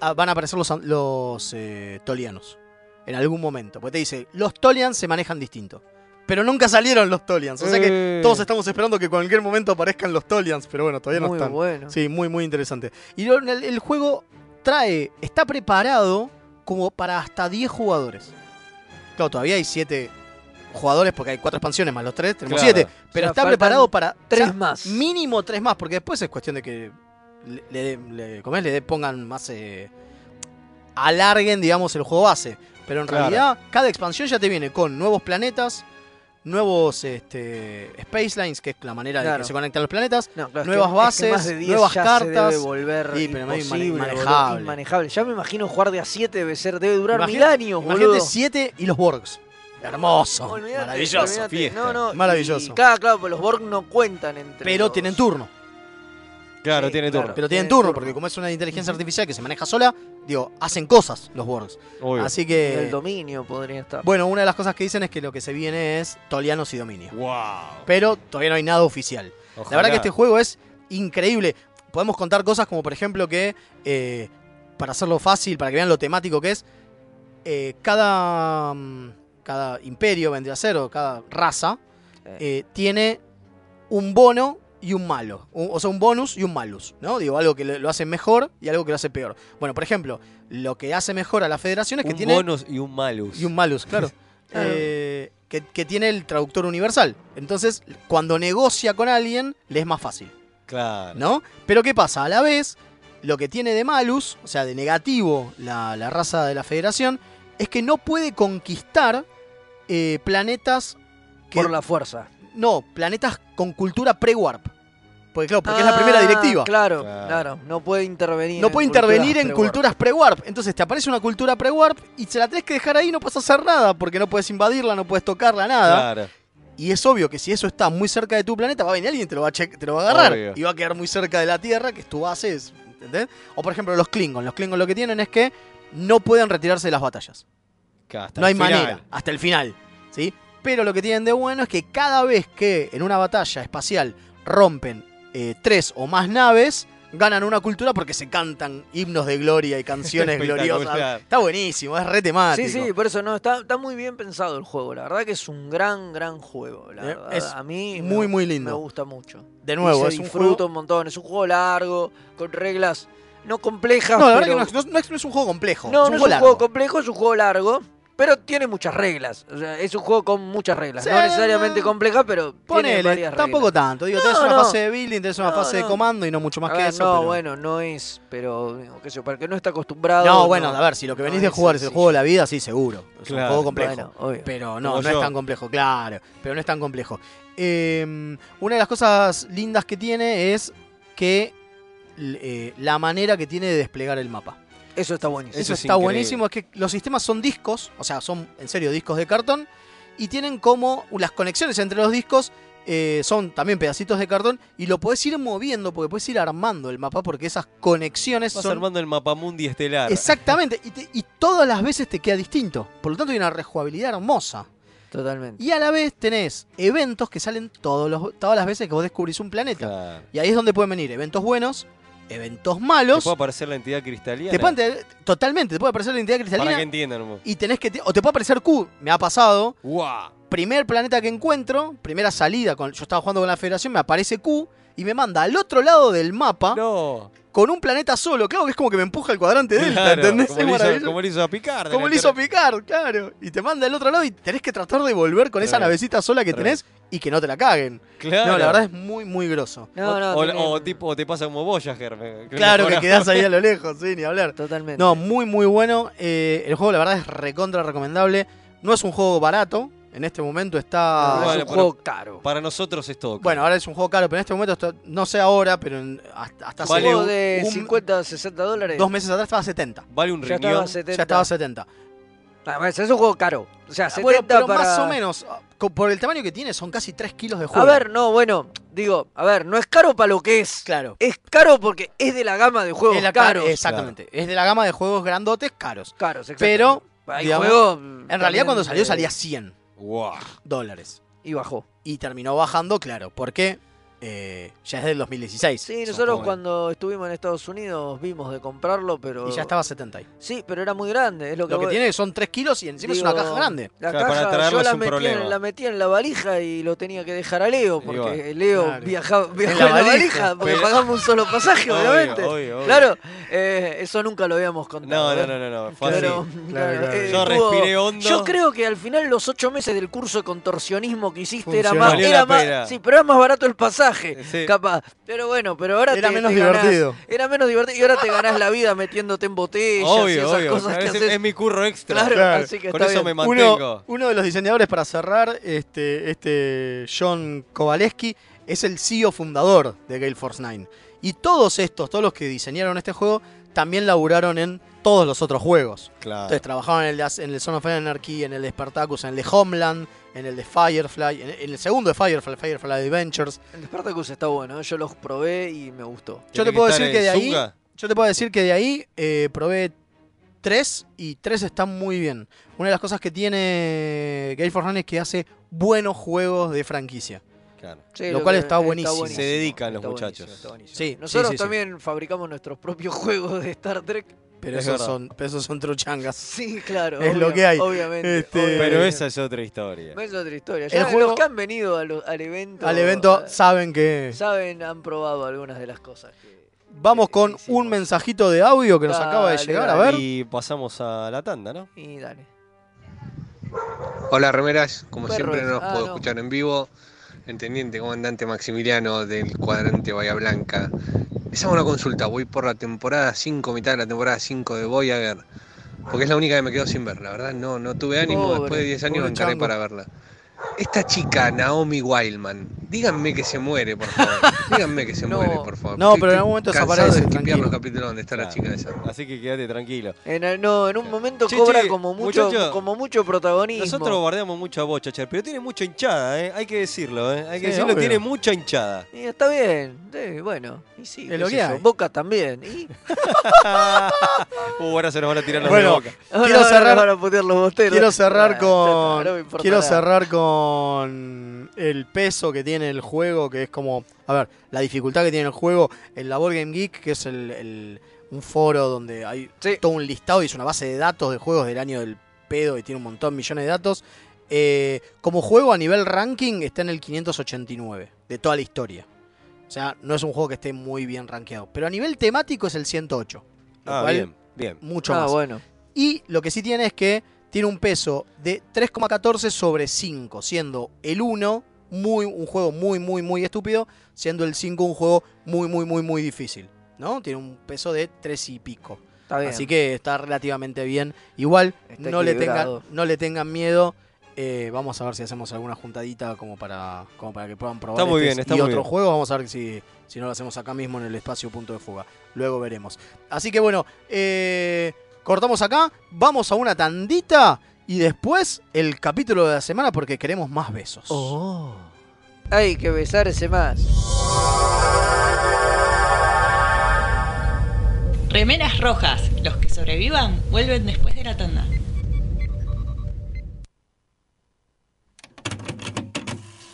B: ah, van a aparecer los, an- los eh, tolianos en algún momento. Porque te dice, los tolians se manejan distinto. Pero nunca salieron los tolians. O sea que
C: Eh.
B: todos estamos esperando que en cualquier momento aparezcan los tolians, pero bueno, todavía no
D: Muy
B: están.
D: bueno.
B: Sí, muy, muy interesante. Y lo- el, el juego trae, está preparado como para hasta 10 jugadores. Claro, todavía hay 7 jugadores porque hay 4 expansiones más los 3, tenemos
C: Claro.
B: 7. Pero
D: sea,
B: está
D: faltan
B: preparado para
D: Tres
B: o sea,
D: más.
B: mínimo 3 más, porque después es cuestión de que le, le- le- ¿cómo es? le pongan más... eh, alarguen, digamos, el juego base. Pero en
C: Claro.
B: realidad cada expansión ya te viene con nuevos planetas, nuevos este, Space Lines, que es la manera de
D: Claro.
B: que se conectan los planetas.
D: No, claro, es
B: Nuevas
D: que- es que más
B: bases,
D: de 10
B: nuevas
D: ya
B: cartas.
D: Se debe volver
B: Sí, pero medio
D: imposible, boludo,
B: inmanejable.
D: inmanejable. Ya me imagino jugar de a 7 debe ser, debe durar
B: Imagina-
D: mil años,
B: Imagínate
D: boludo.
B: 7 y los Borgs. Hermoso.
D: Olvidate,
B: maravilloso.
D: olvidate.
C: fiesta.
D: No, no,
B: Maravilloso.
D: y claro, claro, pues los Borg no cuentan entre.
B: Pero
D: los-
B: tienen turno.
C: Claro,
D: Sí,
C: tiene
D: claro.
C: turno.
B: Pero tienen
D: Tienen
B: turno,
D: turno.
B: porque como es una inteligencia artificial que se maneja sola, digo, hacen cosas los Borgs.
C: Obvio.
B: Así
D: El
B: que.
D: dominio podría estar.
B: Bueno, una de las cosas que dicen es que lo que se viene es Tolianos y Dominio.
C: Wow.
B: Pero todavía no hay nada oficial. La verdad que este juego es increíble. Podemos contar cosas como, por ejemplo, que. eh, para hacerlo fácil, para que vean lo temático que es. eh, cada. mm, Cada imperio vendría a ser, o cada raza, eh, tiene un bono y un malo. Un- o sea, un bonus y un malus, ¿no? Digo, algo que lo, lo hace mejor y algo que lo hace peor. Bueno, por ejemplo, lo que hace mejor a la federación es que
C: un
B: tiene.
C: bonus y un malus.
B: Y un malus, claro.
D: Claro.
B: Eh, que, que tiene el traductor universal. Entonces, cuando negocia con alguien, le es más fácil,
C: Claro.
B: ¿no? Pero ¿qué pasa? A la vez, lo que tiene de malus, o sea, de negativo la, la raza de la federación, es que no puede conquistar eh, planetas que
D: Por la fuerza.
B: no, planetas con cultura pre-warp. Porque claro, porque es la primera directiva.
D: Ah, Claro,
C: Claro.
D: claro, No puede intervenir.
B: No
D: en
B: puede intervenir en culturas
D: culturas
B: pre-warp. Entonces te aparece una cultura pre-warp y se la tenés que dejar ahí, no puedes hacer nada, porque no puedes invadirla, no puedes tocarla, nada.
C: Claro.
B: Y es obvio que si eso está muy cerca de tu planeta, va a venir alguien y te lo va a, che- te lo va a agarrar.
C: Obvio.
B: Y va a quedar muy cerca de la Tierra, que es tu base, es- ¿entendés? O por ejemplo los Klingons. Los Klingons lo que tienen es que no pueden retirarse de las batallas.
C: Claro, hasta
B: No hay
C: el final.
B: manera, hasta el final. ¿sí? Pero lo que tienen de bueno es que cada vez que en una batalla espacial rompen eh, tres o más naves, ganan una cultura porque se cantan himnos de gloria y canciones
C: Espectacular.
B: gloriosas. Está buenísimo, es re temático.
D: Sí, sí, por eso no, está, está muy bien pensado el juego. La verdad que es un gran, gran juego. La
B: Eh,
D: verdad.
B: es
D: a mí me-
B: Muy, muy
D: me
B: lindo.
D: gusta mucho.
B: De nuevo,
D: Y
B: es
D: se
B: un
D: disfruta
B: fruto.
D: un montón. Es un juego largo, con reglas no complejas.
B: No, la verdad
D: pero...
B: que no es, no es- no es un juego complejo.
D: No,
B: es un juego
D: no es un
B: largo.
D: juego complejo, es un juego largo, pero tiene muchas reglas. O sea, es un juego con muchas reglas.
B: Sí,
D: no necesariamente
B: no.
D: compleja, pero tiene
B: Ponele,
D: varias
B: tampoco
D: reglas.
B: tanto. Digo,
D: No,
B: tenés una
D: no.
B: fase de building, tenés una
D: No,
B: fase de
D: no.
B: comando y no mucho más
D: A
B: que
D: ver,
B: eso.
D: no,
B: pero-
D: bueno, no es, pero digo, qué sé yo, para el que no está acostumbrado.
B: No, bueno, a ver, si lo que
D: no
B: venís de
D: es
B: jugar es el
D: sencillo.
B: juego de la vida, sí, seguro. Es
C: Claro.
B: un juego complejo.
D: Bueno, obvio.
B: Pero no,
C: Como
B: no es
C: yo.
B: tan complejo, claro. Pero no es tan complejo. Eh, una de las cosas lindas que tiene es que l- eh, la manera que tiene de desplegar el mapa.
D: Eso está
B: Eso,
D: buenísimo.
C: es
B: está
C: increíble.
B: buenísimo. Es que los sistemas son discos, o sea, son en serio discos de cartón. Y tienen como las conexiones entre los discos eh, son también pedacitos de cartón y lo podés ir moviendo porque podés ir armando el mapa porque esas conexiones
C: Vas
B: son...
C: armando el mapamundi estelar.
B: Exactamente, y, te- y todas las veces te queda distinto. Por lo tanto, hay una rejugabilidad hermosa.
D: Totalmente.
B: Y a la vez tenés eventos que salen todos los, todas las veces que vos descubrís un planeta.
C: Claro.
B: Y ahí es donde pueden venir eventos buenos, eventos
C: Te
B: malos.
C: puede aparecer la entidad cristaliana.
B: Te pueden tener- totalmente, te puede aparecer la entidad
C: Para
B: cristalina.
C: que entiendan. mo.
B: Y tenés que. te- o te puede aparecer Q, me ha pasado.
C: ¡Guau!
B: Primer planeta que encuentro, primera salida. Con, yo estaba jugando con la Federación, me aparece Q y me manda al otro lado del mapa
C: No.
B: con un planeta solo. Claro que es como que me empuja el cuadrante delta,
C: Claro,
B: ¿entendés?
C: Como
B: Es
C: le hizo,
B: maravilloso.
C: como le hizo a Picard.
B: Como
C: en
B: le
C: el
B: hizo
C: ter-
B: Picard, claro. Y te manda al otro lado y tenés que tratar de volver con esa
C: Tremendo.
B: navecita sola que
C: Tremendo.
B: tenés y que no te la caguen.
C: Claro.
B: No, la verdad es muy, muy grosso.
D: No, no,
C: o,
D: tiene-
C: o tipo, o te pasa como Voyager. me- me
B: Claro que
C: acuerdo.
B: quedás ahí a lo lejos, sí, ni hablar.
D: Totalmente.
B: No, muy, muy bueno. Eh, el juego, la verdad, es recontra recomendable. No es un juego barato. En este momento
D: No,
B: está.
C: bueno,
D: Ah, es un
C: pero-
D: juego caro.
C: Para nosotros es todo.
B: Bueno, ahora es un juego caro, pero en este momento, está- no sé ahora, pero en- hasta, hasta hace
C: Vale
D: un juego
B: un-
D: de
B: un-
D: 50, 60 dólares.
B: dos meses atrás estaba a 70.
C: Vale un
D: ya estaba
C: riñón.
D: a 70.
B: Ya estaba a 70.
D: Ah, bueno, es un juego caro. O sea, 70
B: bueno, pero
D: para...
B: más o menos, co- por el tamaño que tiene, son casi 3 kilos de
D: A
B: juego.
D: ver, no, bueno, digo, a ver, no es caro para lo que es.
B: claro.
D: Es caro porque es de la gama de juegos
B: Es la ca-
D: caros.
B: Exactamente. Es de la gama de juegos grandotes caros.
D: Caros, exacto.
B: Pero,
D: Hay
B: digamos,
D: juegos,
B: en realidad, cuando
D: eh,
B: salió, salía 100
C: Guau.
B: dólares.
D: Y bajó.
B: Y terminó bajando, claro, porque eh, ya es del 2016.
D: Sí, nosotros
C: jóvenes.
D: cuando estuvimos en Estados Unidos vimos de comprarlo, pero.
B: Y ya estaba a 70. ahí.
D: Sí, pero era muy grande. Es lo que,
B: Lo que
D: voy-
B: tiene son 3 kilos y encima
D: digo,
B: es una caja grande.
D: La
C: Claro, para
D: caja
C: traerlo
D: yo
C: es
D: la
C: un
D: metí,
C: problema.
D: en, la metí en la valija y lo tenía que dejar a Leo, porque
C: bueno,
D: Leo
B: claro.
D: viajaba, viajó en
B: la
D: la valija,
B: valija,
D: porque
C: pero-
D: pagamos un solo pasaje,
C: Obvio,
D: obviamente.
C: obvio, obvio.
D: Claro, eh, eso nunca lo habíamos contado.
C: No, no,
D: ¿eh?
C: no, no, no. Fue así.
D: Pero, claro,
B: claro.
D: eh,
C: Yo
D: estuvo-
C: respiré hondo.
D: Yo creo que al final los ocho meses del curso de contorsionismo que hiciste era
B: Funcionó.
D: más,
C: Valió
D: era
C: la
D: más-
C: pena. Eh,
D: sí, pero era más barato el pasaje,
C: Sí.
D: capaz. Pero bueno, pero ahora
B: Era
D: te-
B: menos
D: te ganás-
B: divertido.
D: era menos divertido y ahora te ganás la vida metiéndote en botellas y
C: Obvio,
D: esas
C: obvio.
D: cosas que
C: Es,
D: haces.
C: es mi curro extra.
D: Claro,
B: Claro.
D: así que
C: Con
D: está
C: eso me
D: bien.
C: mantengo.
B: Uno, uno de los diseñadores para cerrar, este, este John Kowaleski, es el CEO fundador de Gale Force 9. Y todos estos, todos los que diseñaron este juego, también laburaron en todos los otros juegos.
C: Claro.
B: Entonces trabajaron en el, de As- en el Son of Anarchy, en el de Spartacus, en el de Homeland, en el de Firefly, en, en el segundo de Firefly, Firefly Adventures.
D: El Spartacus está bueno, ¿eh? yo los probé y me gustó.
B: Yo te
C: Tiene
B: puedo
C: estar
B: decir que
C: en
B: de ahí,
C: Zunga.
B: yo te puedo decir que de ahí eh, probé tres y tres están muy bien. Una de las cosas que tiene Gale for Run es que hace buenos juegos de franquicia.
C: Claro.
D: Sí,
B: Lo cual
D: que-
B: está buenísimo. Se
C: dedican los
D: está buenísimo,
C: muchachos.
D: está buenísimo.
B: Sí, sí,
D: Nosotros
B: sí, sí.
D: también fabricamos nuestros propios juegos de Star Trek.
B: Pero
C: Es
B: esos
C: verdad.
B: son, pero esos son truchangas.
D: Sí, claro.
B: Es lo
D: obvia-
B: que hay.
D: Obviamente.
B: Este,
D: obviamente.
C: Pero esa es otra historia.
D: Es otra historia.
B: El
D: Ya
B: juego-
D: los que han venido a lo- al evento.
B: Al evento
D: eh,
B: saben que...
D: saben, han probado algunas de las cosas. que-
B: Vamos con
D: hicimos.
B: un mensajito de audio que nos acaba de
D: Dale,
B: llegar, a ver.
C: Y pasamos a la tanda, ¿no?
D: Y dale.
G: Hola remeras, como
D: Perro
G: siempre
D: es.
G: no nos
D: Ah,
G: puedo
D: no.
G: escuchar en vivo. El teniente comandante Maximiliano del cuadrante Bahía Blanca. Les hago una consulta, voy por la temporada 5, mitad de la temporada 5 de Voyager, porque es la única que me quedo sin ver, la verdad no, no tuve ánimo,
D: Pobre,
G: después de 10 años
B: pobre
G: encaré
B: chango.
G: para verla. Esta chica, Naomi Wildman, díganme que se muere, por favor. Díganme que se
D: No.
G: muere, por favor.
B: No, pero en algún momento
G: cansado
B: desaparece,
G: de limpiar
B: tranquilo.
G: los capítulos donde está la
C: Claro.
G: chica esa.
C: Así que quédate tranquilo.
D: En, el- no, en un momento
C: Che,
D: cobra
C: che,
D: como mucho
C: muchacho.
D: como mucho protagonismo.
C: Nosotros bardeamos mucho a Bochacher, pero tiene mucha hinchada, ¿eh? Hay que decirlo, ¿eh? Hay que
B: Sí,
C: decirlo,
B: obvio.
C: tiene mucha hinchada.
D: Y está bien. sí, bueno. Y sí,
B: Es
D: qué
B: lo
D: sé
B: que
D: yo,
B: hay.
D: Boca también. Y
C: Uh, ahora se nos van a tirar los
B: Bueno,
C: de boca.
D: ahora
B: Quiero
D: van a-
B: cerrar-
D: van a putear los bosteros.
B: Quiero cerrar
D: Ah, ya está, no me
B: con.
D: importa
B: quiero
D: nada.
B: cerrar con el peso que tiene el juego, que es como. A ver, la dificultad que tiene el juego en la Board Game Geek, que es el, el- un foro donde hay
D: Sí.
B: todo un listado y es una base de datos de juegos del año del pedo y tiene un montón, millones de datos. Eh, como juego a nivel ranking está en el 589 de toda la historia. O sea, no es un juego que esté muy bien rankeado. Pero a nivel temático es el 108. Lo
C: Ah,
B: cual,
C: bien, bien.
B: mucho
D: Ah,
B: más.
D: bueno.
B: Y lo que sí tiene es que tiene un peso de 3,14 sobre 5, siendo el 1 muy, un juego muy, muy, muy estúpido, siendo el 5 un juego muy, muy, muy, muy difícil. ¿No? Tiene un peso de 3 y pico.
D: Está bien.
B: Así que está relativamente bien. Igual,
D: Está
B: no le,
D: equilibrado.
B: tengan, no le tengan miedo. Eh, vamos a ver si hacemos alguna juntadita como para, como para que puedan probar
C: Está muy
B: este
C: bien, está
B: y
C: muy
B: otro
C: bien.
B: juego. Vamos a ver si, si no lo hacemos acá mismo en el espacio punto de fuga. Luego veremos. Así que bueno, eh, cortamos acá, vamos a una tandita y después el capítulo de la semana porque queremos más besos.
D: Oh. hay que besarse más.
H: Remeras rojas. Los que sobrevivan vuelven después de la tanda.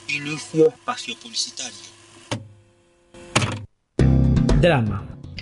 I: Inicio espacio publicitario.
J: Drama.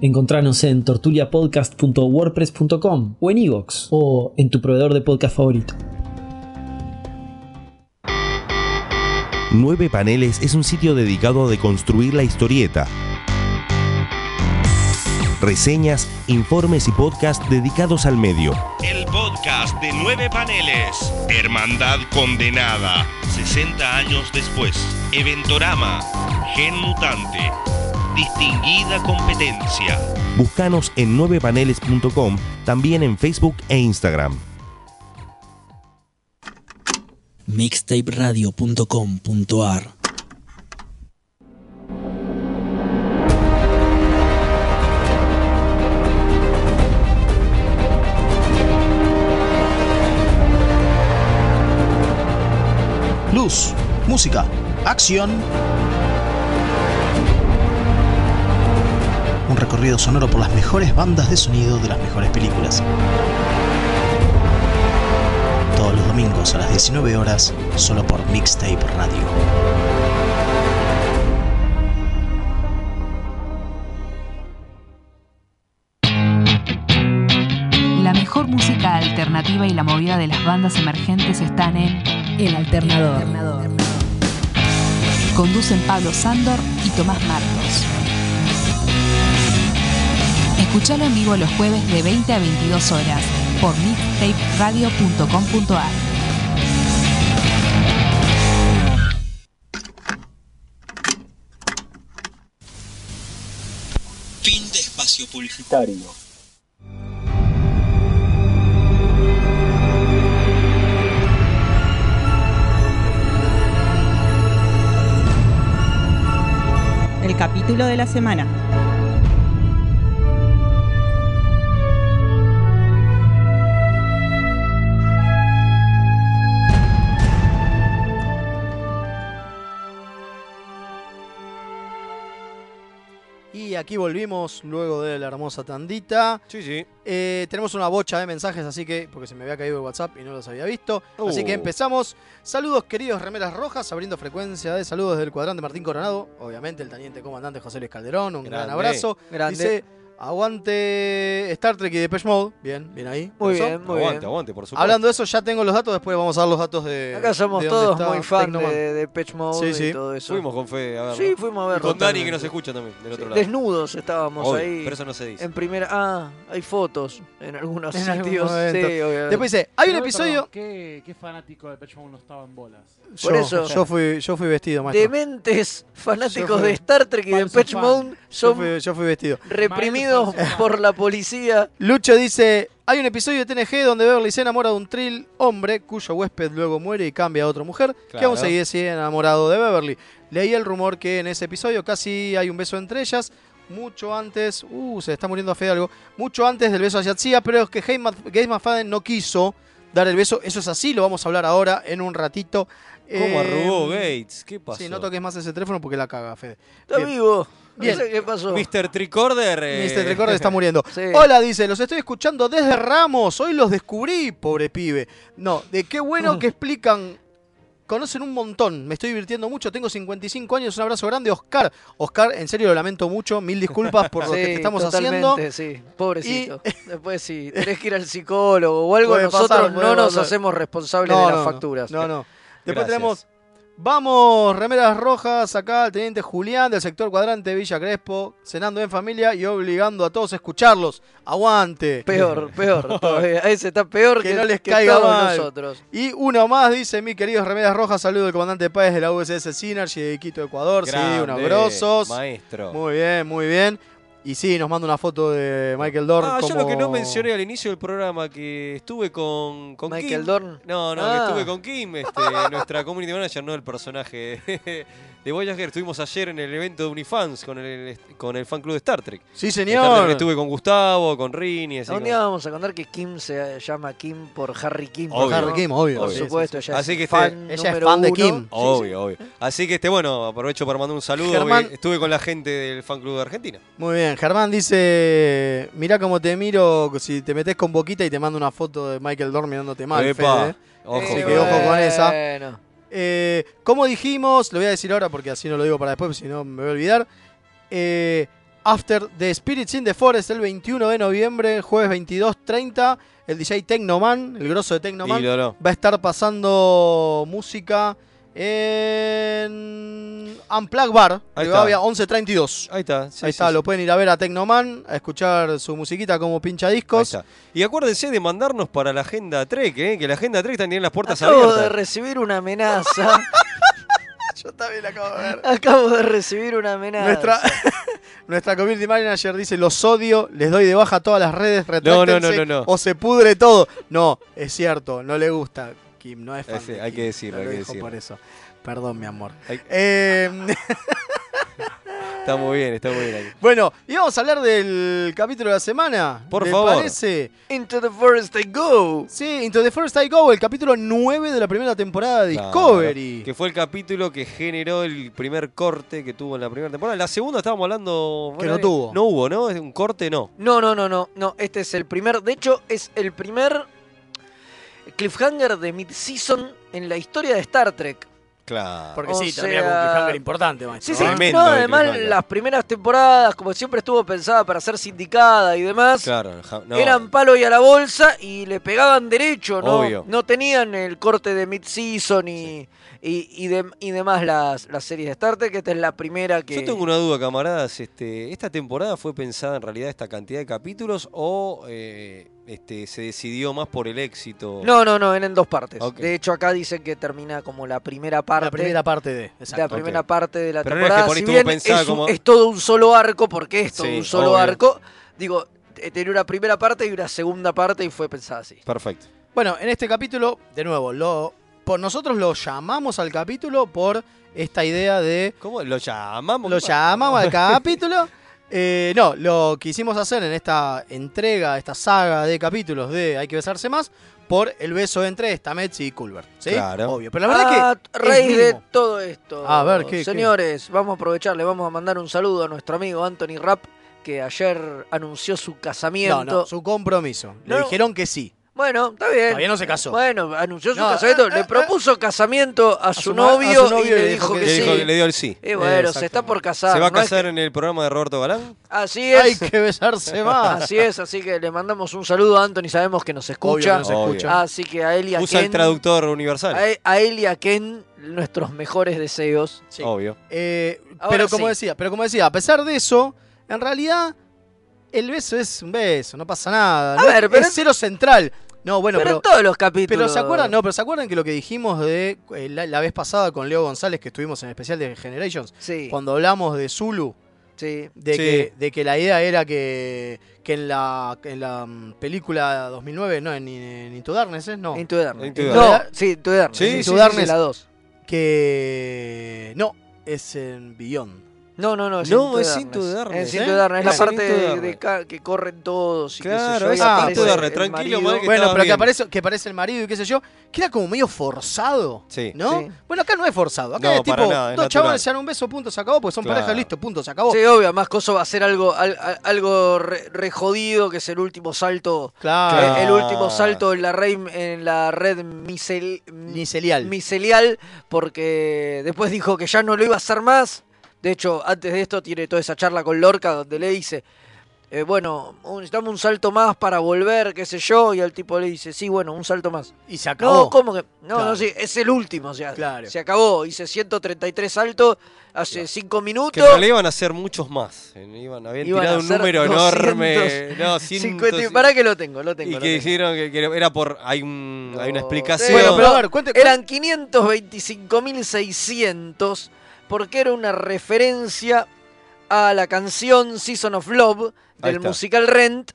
J: Encontranos en tortuliapodcast.wordpress.com o en iVoox o en tu proveedor de podcast favorito.
K: Nueve Paneles es un sitio dedicado a deconstruir la historieta. Reseñas, informes y podcast dedicados al medio.
L: El podcast de nueve paneles.
K: Hermandad Condenada, 60 años después.
L: Eventorama. Gen mutante. Distinguida competencia.
K: Búscanos en 9paneles.com, también en Facebook e Instagram.
M: mixtaperadio.com.ar
B: Luz, música, acción. Un recorrido sonoro por las mejores bandas de sonido de las mejores películas. Todos los domingos a las 19 horas, solo por Mixtape Radio.
N: La mejor música alternativa y la movida de las bandas emergentes están en El Alternador. Conducen Pablo Sándor y Tomás Martos. Escuchalo en vivo los jueves de 20 a 22 horas por mixtaperadio.com.ar.
I: Fin de espacio publicitario.
F: El capítulo de la semana.
B: Y aquí volvimos luego de la hermosa tandita.
C: Sí, sí.
B: Eh, tenemos una bocha de mensajes, así que, porque se me había caído el WhatsApp y no los había visto. Así
D: Uh.
B: que
C: Oh.
B: empezamos. Saludos, queridos remeras rojas, abriendo frecuencia de saludos del cuadrante Martín Coronado. Obviamente, el teniente comandante José Luis Calderón. Un gran
D: Grande,
B: abrazo.
D: grande.
B: Dice, aguante Star Trek y Depeche Mode. Bien, bien ahí.
D: Muy
B: Eso.
D: bien, muy bien.
C: Aguante, aguante, por supuesto.
B: Hablando de eso, ya tengo los datos. Después vamos a dar los datos de.
D: Acá somos
B: de dónde
D: todos
B: está
D: muy fan
B: Tecnoman.
D: de, de Depeche Mode
B: Sí, sí.
D: y todo eso.
C: Fuimos con Fede a verlo.
D: Sí, fuimos a
C: Y
D: verlo.
C: Con Dani que
D: Totalmente.
C: nos escucha también, del otro
D: Sí,
C: lado.
D: Desnudos estábamos
C: Obvio,
D: ahí.
C: pero eso no se dice.
D: En primera. Ah, hay fotos en algunos
B: En algún
D: sitios.
B: momento.
D: sí, obviamente.
B: Después dice, hay un
O: Pero,
B: episodio.
O: perdón, ¿Qué, qué fanático de Depeche Mode no estaba en bolas?
B: Yo, yo fui, yo fui vestido, maestro.
D: Dementes
B: Yo
D: fanáticos
B: fui-
D: de Star Trek y de Depeche
B: fan.
D: Mode
B: Yo
D: son
B: fui, yo fui vestido.
D: reprimidos por la policía.
B: Lucho dice: Hay un episodio de TNG donde Beverly se enamora de un trill hombre cuyo huésped luego muere y cambia a otra mujer que
C: Claro.
B: aún sigue sigue enamorado de Beverly. Leí el rumor que en ese episodio casi hay un beso entre ellas. Mucho antes, uh, se está muriendo a fe algo. Mucho antes del beso a Yatsia, pero es que Gates McFadden no quiso dar el beso. Eso es así, lo vamos a hablar ahora en un ratito.
C: ¿Cómo arrugó
B: Eh,
C: Gates? ¿Qué pasó?
B: Sí, no toques más ese teléfono porque la caga, Fede.
D: Está
B: Bien.
D: vivo. No
B: Bien.
D: sé qué pasó.
C: Mr. Tricorder. eh.
B: Mr. Tricorder Este, está muriendo. Hola, dice, los estoy escuchando desde Ramos. Hoy los descubrí, pobre pibe. No, de qué bueno que explican. Conocen un montón, me estoy divirtiendo mucho, tengo 55 años, un abrazo grande, Oscar. Oscar, en serio lo lamento mucho, mil disculpas por lo que
D: Sí,
B: te estamos haciendo.
D: totalmente, Sí, pobrecito. Después si tenés que ir al psicólogo o algo,
B: Puede
D: nosotros
B: pasar, puede
D: no nos
B: pasar.
D: hacemos responsables
B: No,
D: de las
B: no, no.
D: facturas.
B: No, no. Después
D: Gracias.
B: tenemos Vamos, remeras rojas, acá el teniente Julián del sector cuadrante Villa Crespo, cenando en familia y obligando a todos a escucharlos. Aguante.
D: Peor, peor. todavía. Ese está peor
B: que,
D: que-
B: no les
D: que
B: caiga
D: todos
B: mal.
D: nosotros.
B: Y uno más, dice, mis queridos remeras rojas, saludo del comandante Páez de la USS Synergy de Quito, Ecuador. sí,
C: Grande,
B: unos grosos.
C: maestro.
B: Muy bien, muy bien. Y sí, nos manda una foto de Michael Dorn.
C: Ah, yo
B: como-
C: lo que no mencioné al inicio del programa, que estuve con, con
D: Michael
C: Kim.
D: Dorn.
C: No, no,
D: Ah.
C: que estuve con Kim, este, nuestra community manager, no el personaje de, de Voyager. Estuvimos ayer en el evento de Unifans con el, con el fan club de Star Trek.
B: Sí,
C: De Star
B: señor.
C: Trek Estuve con Gustavo, con Rini, así
D: Un
C: con-
D: día vamos a contar que Kim se llama Kim por Harry Kim.
C: Obvio.
D: ¿no? Por
C: Sí, sí,
D: supuesto,
C: sí.
D: ella
C: Así
D: es
C: que este-
D: fan número uno.
C: Obvio, obvio. Así que este, bueno, aprovecho para mandar un saludo.
B: Germán-
C: porque Estuve con la gente del fan club de Argentina.
B: Muy bien, Germán dice, mirá cómo te miro si te metes con boquita y te mando una foto de Michael Dorn mirándote mal.
C: Epa,
B: Fede.
C: ojo.
B: Así que
C: Bueno.
B: ojo con esa. Eh, como dijimos, lo voy a decir ahora porque así no lo digo para después, si no me voy a olvidar. Eh, After the Spirits in the Forest el 21 de noviembre, jueves 22.30, el DJ Tecnoman, el grosso de Tecnoman,
C: Ídolo.
B: va a estar pasando música en Unplug Bar,
C: Ahí
B: de
C: está.
B: Babia 1132.
C: Ahí está, sí,
B: Ahí
C: sí,
B: está,
C: sí.
B: lo pueden ir a ver a Tecnoman, a escuchar su musiquita como pincha discos.
C: Y acuérdense de mandarnos para la agenda Trek, ¿eh? que la agenda Trek también tiene las puertas
D: Acabo de
C: abiertas.
D: recibir una amenaza.
B: Yo también la acabo de ver.
D: Acabo de recibir una amenaza.
B: Nuestra, nuestra community manager dice, los odio, les doy de baja todas las redes,
C: no, no,
B: retráctense,
C: no, no.
B: o se pudre todo. No, es cierto, no le gusta Kim, no es fan
C: Eh, sí,
B: de
C: hay
B: Kim,
C: que decirlo,
B: no
C: hay
B: lo
C: que
B: dijo
C: decirlo.
B: por eso. Perdón, mi amor.
C: Hay-
B: Eh,
C: Está muy bien, está muy bien. ahí.
B: bueno, y vamos a hablar del capítulo de la semana.
C: Por
B: ¿Le
C: favor.
B: parece?
D: Into the Forest I Go.
B: Sí, Into the First I Go, el capítulo 9 de la primera temporada de Discovery.
C: Claro, que fue el capítulo que generó el primer corte que tuvo en la primera temporada. En La segunda estábamos hablando.
B: Que no tuvo.
C: No hubo, ¿no? Es Un corte no.
D: No, no, no, no, no. Este es el primer. De hecho, es el primer cliffhanger de mid-season en la historia de Star Trek.
C: Claro.
B: Porque
D: O
B: sí, termina con un
D: sea-
B: cliffhanger importante,
C: Ah,
B: maestro.
D: Sí, sí.
B: ¿eh?
D: No, además, las primeras temporadas, como siempre estuvo pensada para ser sindicada y demás,
C: Claro, ja- no.
D: eran palo y a la bolsa y le pegaban derecho, ¿no?
C: Obvio.
D: No tenían el corte de mid-season y, y, y dem- y demás las, las series de Star Trek. Esta es la primera que.
C: Yo tengo una duda, camaradas. Este, ¿Esta temporada fue pensada en realidad esta cantidad de capítulos o eh, este, se decidió más por el éxito?
D: No, no, no, eran en dos partes.
C: Ok.
D: De hecho, acá dicen que termina como la primera parte.
B: La primera parte de. exacto.
D: La primera
B: Ok.
D: parte de la
B: Pero no es que
D: temporada.
B: por ahí
D: si
B: estuvo
D: bien
B: pensada
D: es, un-
B: como-
D: es todo un solo arco, porque es todo
C: Sí,
D: un solo
C: obvio.
D: arco. Digo, eh, tenía una primera parte y una segunda parte y fue pensada así.
C: Perfecto.
B: Bueno, en este capítulo, de nuevo, lo, por nosotros lo llamamos al capítulo por esta idea de.
C: ¿Cómo? ¿Lo llamamos?
B: Lo llamamos al capítulo. Eh, no, lo que hicimos hacer en esta entrega, esta saga de capítulos de Hay que besarse más, por el beso entre Stamets y Culver. ¿Sí?
C: Claro.
B: Obvio. Pero la verdad
D: Ah,
B: que. es
D: raíz de
B: mínimo.
D: todo esto.
B: A ver, ¿qué- qué?
D: Señores, vamos a aprovechar, le vamos a mandar un saludo a nuestro amigo Anthony Rapp, que ayer anunció su casamiento.
B: No, no, su compromiso. Le
D: No.
B: dijeron que sí.
D: Bueno, está bien.
B: Todavía no se casó.
D: Bueno, anunció su
B: No,
D: casamiento,
B: eh, eh,
D: le
B: eh.
D: propuso casamiento a,
B: su
D: su
B: ma- a
D: novio,
B: su novio
D: y le dijo que,
C: Le,
D: sí.
C: dijo- le dio el sí.
D: Y bueno, se está por casar.
C: ¿Se va a
D: no es
C: casar en el programa de Roberto Galán?
D: que- Así es.
B: Hay que besarse más.
D: Ah, Así es, así que le mandamos un saludo a Anthony, sabemos que nos escucha.
C: que nos Obvio. escucha.
D: Así que a él y a
C: Usa el
D: Ken-
C: traductor universal.
D: A e- a él y a Ken, nuestros mejores deseos.
C: Obvio.
B: Eh,
D: Ahora
B: pero como
D: sí.
B: decía, pero como decía, a pesar de eso, en realidad el beso es un beso, no pasa nada.
D: A
B: ¿no?
D: ver, pero-
B: es cero central. No, bueno,
D: Pero
B: pero,
D: en todos los capítulos.
B: pero se acuerdan, no, pero se acuerdan que lo que dijimos de eh, la, la vez pasada con Leo González que estuvimos en el especial de Generations,
D: Sí.
B: cuando hablamos de Zulu,
D: Sí.
B: de,
C: Sí.
B: que, de que la idea era que, que en la en la mm, película 2009, no, en, en Into Darkness, ¿eh? no.
D: Into Darkness.
B: Into
D: No,
B: Darkness.
D: sí, Into Darkness.
B: Sí,
D: Into
B: sí, sí,
D: Darkness
B: sí.
D: la 2.
B: Que no, es en Beyond.
D: No, no, no.
C: No,
D: Into
C: es Into Darkness,
D: Darkness. Es Into
C: ¿eh?
D: Darkness,
C: Es
D: Es la
C: Into
D: parte de,
C: Darkness.
D: de ca- que corren todos. Y qué sé
C: Claro,
D: yo, y
C: es
D: aparece
C: Into Darkness,
D: el
C: tranquilo,
D: marido.
C: mal que
B: Bueno,
C: estaba
B: pero que
C: bien.
B: aparece, que aparece el marido y qué sé yo, que era como medio forzado.
C: Sí.
B: ¿No?
D: Sí.
B: Bueno, acá no es forzado. Acá
C: No,
B: es tipo,
C: para nada, es
B: dos
C: natural.
B: chavales se dan un beso, punto, se acabó, porque son
C: Claro.
B: pareja, listo, punto, se acabó.
D: Sí, obvio, más Coso va a ser algo, al- al- algo re, re jodido, que es el último salto.
B: Claro.
D: eh, El
C: Ah.
D: último salto en la, rey- en la red micel-
B: Micelial.
D: micelial, porque después dijo que ya no lo iba a hacer más. De hecho, antes de esto tiene toda esa charla con Lorca donde le dice, eh, bueno, un- necesitamos un salto más para volver, qué sé yo, y el tipo le dice, sí, bueno, un salto más.
B: Y se
D: No,
B: acabó.
D: ¿cómo que? No,
B: Claro.
D: no, sí, es el último, o sea,
B: Claro.
D: se acabó, hice 133 saltos hace 5 minutos.
C: Que en realidad iban a ser muchos más. eh, Iban, habían
D: Iban a
C: tirado un
D: ser
C: número
D: 200,
C: enorme. No,
D: 50
C: cientos-
D: Pará que lo tengo, lo tengo.
C: Y
D: lo
C: que
D: tengo.
C: dijeron que, que era por. Hay, un, hay una explicación.
D: Bueno, pero eran 525.600 porque era una referencia a la canción Season of Love
C: Ahí
D: del
C: está.
D: musical Rent,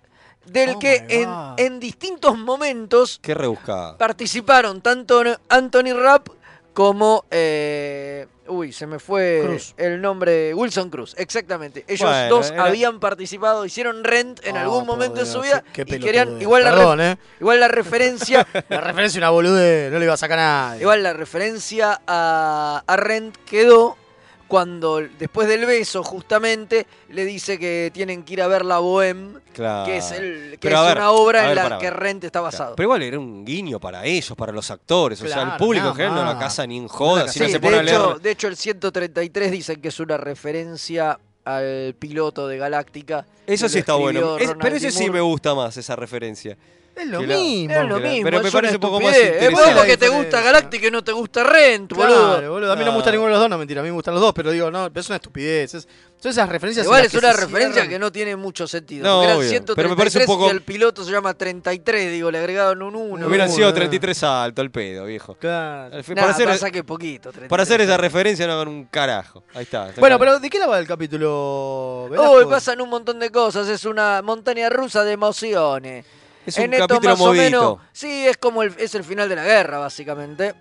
D: del
B: Oh
D: que en, en distintos momentos
C: Qué rebuscada.
D: participaron tanto Anthony Rapp como... eh, uy, se me fue
B: Cruz.
D: el nombre Wilson Cruz, exactamente. Ellos
B: Bueno,
D: dos
B: era-
D: habían participado, hicieron Rent en
B: Ah,
D: algún
B: por
D: momento de su
B: Dios,
D: vida
B: qué- qué
D: y
B: pelotudo
D: querían
B: es.
D: igual la, re-
B: Perdón, eh.
D: igual la referencia...
B: La referencia es una boludez, no le iba a sacar nada.
D: Igual la referencia a, a Rent quedó cuando después del beso justamente le dice que tienen que ir a ver la Bohème,
C: Claro.
D: que es, el, que
C: Ah. Pero
D: es
C: a ver,
D: una obra
C: a
D: en
C: ver,
D: la
C: pará,
D: que
C: pará.
D: Rent está basado.
C: Pero igual era un guiño para ellos, para los actores. O sea,
D: Claro,
C: el público en
D: nada
C: general no la
D: más.
C: casa ni en joda. si no
D: Sí,
C: se pone
D: de,
C: a leer.
D: hecho, de hecho, el 133 dicen que es una referencia al piloto de Galáctica.
C: Eso
D: que
C: sí
D: lo
C: está bueno.
D: escribió
C: Es-
D: Ronald
C: pero
D: D.
C: ese sí
D: Moore.
C: me gusta más, esa referencia.
B: Es lo
C: Que la-
B: mismo.
D: Es lo
C: que la-
D: mismo,
C: Pero me
D: es una
C: parece un poco más
D: estupidez. Es vos
C: interesante.
D: porque te gusta Galáctica y no te gusta Rent, boludo.
B: Claro, boludo. A mí no. me gusta ninguno de los dos, no mentira, a mí me gustan los dos, pero digo, no, pero es una estupidez. es- son esas referencias. en
D: Igual
B: las
D: es
B: que
D: una
B: se
D: referencia
B: cierran.
D: que no tiene mucho sentido.
B: No,
D: porque eran
B: obvio,
D: 133
B: pero me parece un poco-
D: y el piloto se llama 33, digo, le agregaron un 1.
C: Hubieran sido 33 alto el pedo, viejo. Al fin-
D: Nah,
C: para,
D: pasa
C: hacer,
D: que poquito. 33.
C: para hacer esa referencia no hagan un carajo. Ahí está. está
B: Bueno,
C: claro.
B: pero ¿de qué la va el capítulo? Velasco?
D: Uy, pasan un montón de cosas, es una montaña rusa de emociones.
B: Es un
D: en esto
B: capítulo
D: más
B: movidito.
D: o menos, sí, es como el, es el final de la guerra, básicamente,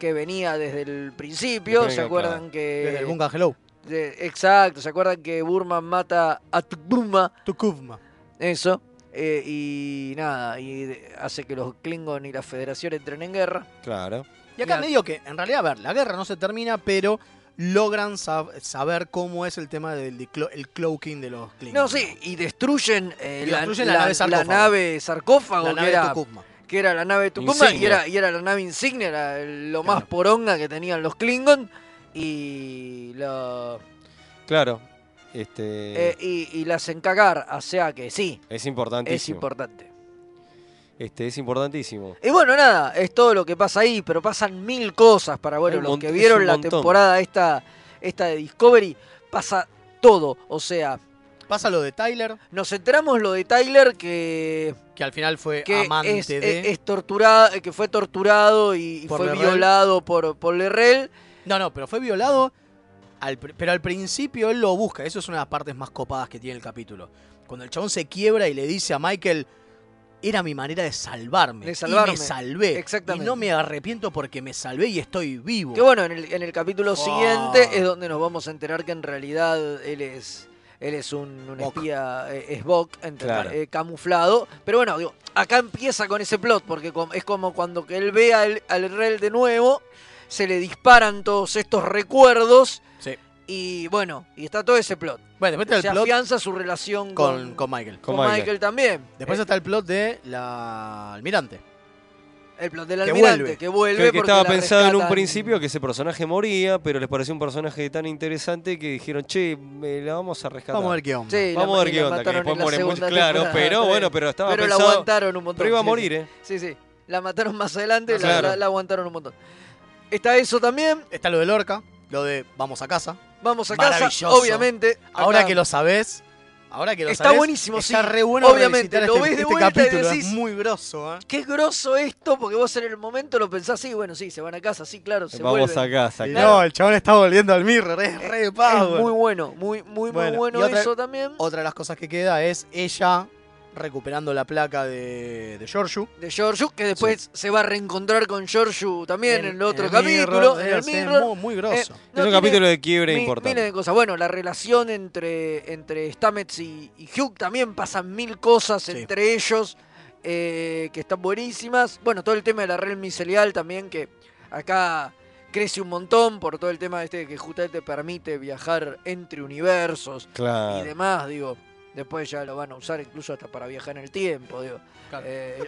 D: que venía desde el principio,
B: Venga,
D: ¿se acuerdan
B: claro.
D: que
B: Desde el Bunga Hello.
D: de- exacto, ¿se acuerdan que Burman mata a Tukbuma? Eso. eh, y nada, y de- hace que los Klingon y la Federación entren en guerra.
C: Claro.
B: Y acá medio que, en realidad, a ver, la guerra no se termina, pero logran sab- saber cómo es el tema del diclo- el cloaking de los Klingons.
D: No, sí, y destruyen, eh,
B: Y
D: la,
B: destruyen la
D: la-
B: nave sarcófago.
D: la nave sarcófago,
B: La
D: que,
B: nave
D: era,
B: Tucumán.
D: que era la nave Tucumán y
B: Insignia.
D: era, y era la nave insignia, era lo más poronga que tenían los Klingon. Y, lo-
C: Claro. Este,
D: eh, y, y las encagar, o sea que sí,
C: es importantísimo.
D: es importante.
C: Este, es importantísimo.
D: Y bueno, nada, es todo lo que pasa ahí, pero pasan mil cosas para, bueno,
C: Hay un
D: los que
C: montón- es
D: vieron
C: un
D: la
C: montón.
D: temporada esta, esta de Discovery, pasa todo, o sea...
B: Pasa lo de Tyler.
D: Nos enteramos lo de Tyler que...
B: Que al final fue
D: que
B: amante
D: es,
B: de.
D: es- es torturada- que fue torturado y, y
B: Por
D: fue
B: Lerrell.
D: violado por, por Lerrell.
B: No, no, pero fue violado. al pr- pero al principio él lo busca. Eso es una de las partes más copadas que tiene el capítulo. Cuando el chabón se quiebra y le dice a Michael. Era mi manera de salvarme.
D: De
B: Y
D: salvarme.
B: me salvé.
D: Exactamente.
B: Y no me arrepiento porque me salvé y estoy vivo.
D: Que bueno, en el, en el capítulo
B: Fua.
D: siguiente es donde nos vamos a enterar que en realidad él es, él es un, un espía, eh, es Bok, ent-
C: Claro.
D: eh, camuflado. Pero bueno, digo, acá empieza con ese plot, porque com- es como cuando que él ve al, al Rel de nuevo, se le disparan todos estos recuerdos.
B: Sí.
D: Y bueno, y está todo ese plot.
B: Bueno, después está el
D: se
B: plot-
D: afianza su relación
B: Con,
D: con,
B: con Michael.
D: con Michael. también. Eh,
B: Después está el plot de la almirante.
D: El plot del
B: Que
D: almirante
B: vuelve.
D: que vuelve.
C: Creo que
D: porque
C: estaba
D: la
C: pensado en un
D: rescatan.
C: principio que ese personaje moría, pero les pareció un personaje tan interesante que dijeron, che, me la vamos a rescatar.
B: Vamos a ver qué onda.
D: Sí,
C: Vamos
D: la-
C: a ver
D: y
C: qué
D: la
C: onda, que
D: mataron
C: después
D: en la
C: muere muy
D: segunda
C: claro,
D: temporada,
C: pero
D: está
C: bueno,
D: bien.
C: pero estaba
D: Pero la
C: pensado-
D: aguantaron un montón.
C: pero iba a
D: sí, sí.
C: morir, ¿eh?
D: Sí, sí. La mataron más adelante, la-
C: Claro.
D: la, la aguantaron un montón. Está eso también.
B: Está lo de Lorca, lo de vamos a casa.
D: Vamos a casa,
B: Maravilloso.
D: obviamente.
B: Ahora
D: Acá.
B: que lo sabés, ahora que lo
D: Está
B: sabés,
D: buenísimo,
B: está
D: sí.
B: re bueno
D: Obviamente,
B: revisitar
D: lo
B: este-
D: ves de
B: este
D: vuelta y
B: capítulo,
D: decís-
B: es muy grosso, ¿eh?
D: Qué grosso esto, porque vos en el momento lo pensás, sí, bueno, sí, se van a casa, sí, claro, se
C: Eh, Vamos
D: vuelven.
C: a casa.
B: Y
C: claro.
B: No, el chabón está volviendo al mirror, es re power.
D: Es muy Ah, bueno, muy, muy, muy bueno
B: y otra-
D: eso también.
B: Otra de las cosas que queda es ella recuperando la placa de, de Giorgio.
D: De Giorgio, que después se va a reencontrar con Giorgio también en, el otro
B: el
D: capítulo.
B: Mirror,
D: en el
B: sí, es
D: Mirror. Eh,
B: muy- muy grosso.
D: no
B: Es
C: un capítulo de quiebre
D: mi-
C: importante.
D: Miles de cosas. Bueno, la relación entre, entre Stamets y, y Hugh también pasan mil cosas entre ellos eh, que están buenísimas. Bueno, todo el tema de la red micelial también, que acá crece un montón por todo el tema este que justamente permite viajar entre universos
C: Claro.
D: y demás, digo. Después ya lo van a usar incluso hasta para viajar en el tiempo, digo. Eh,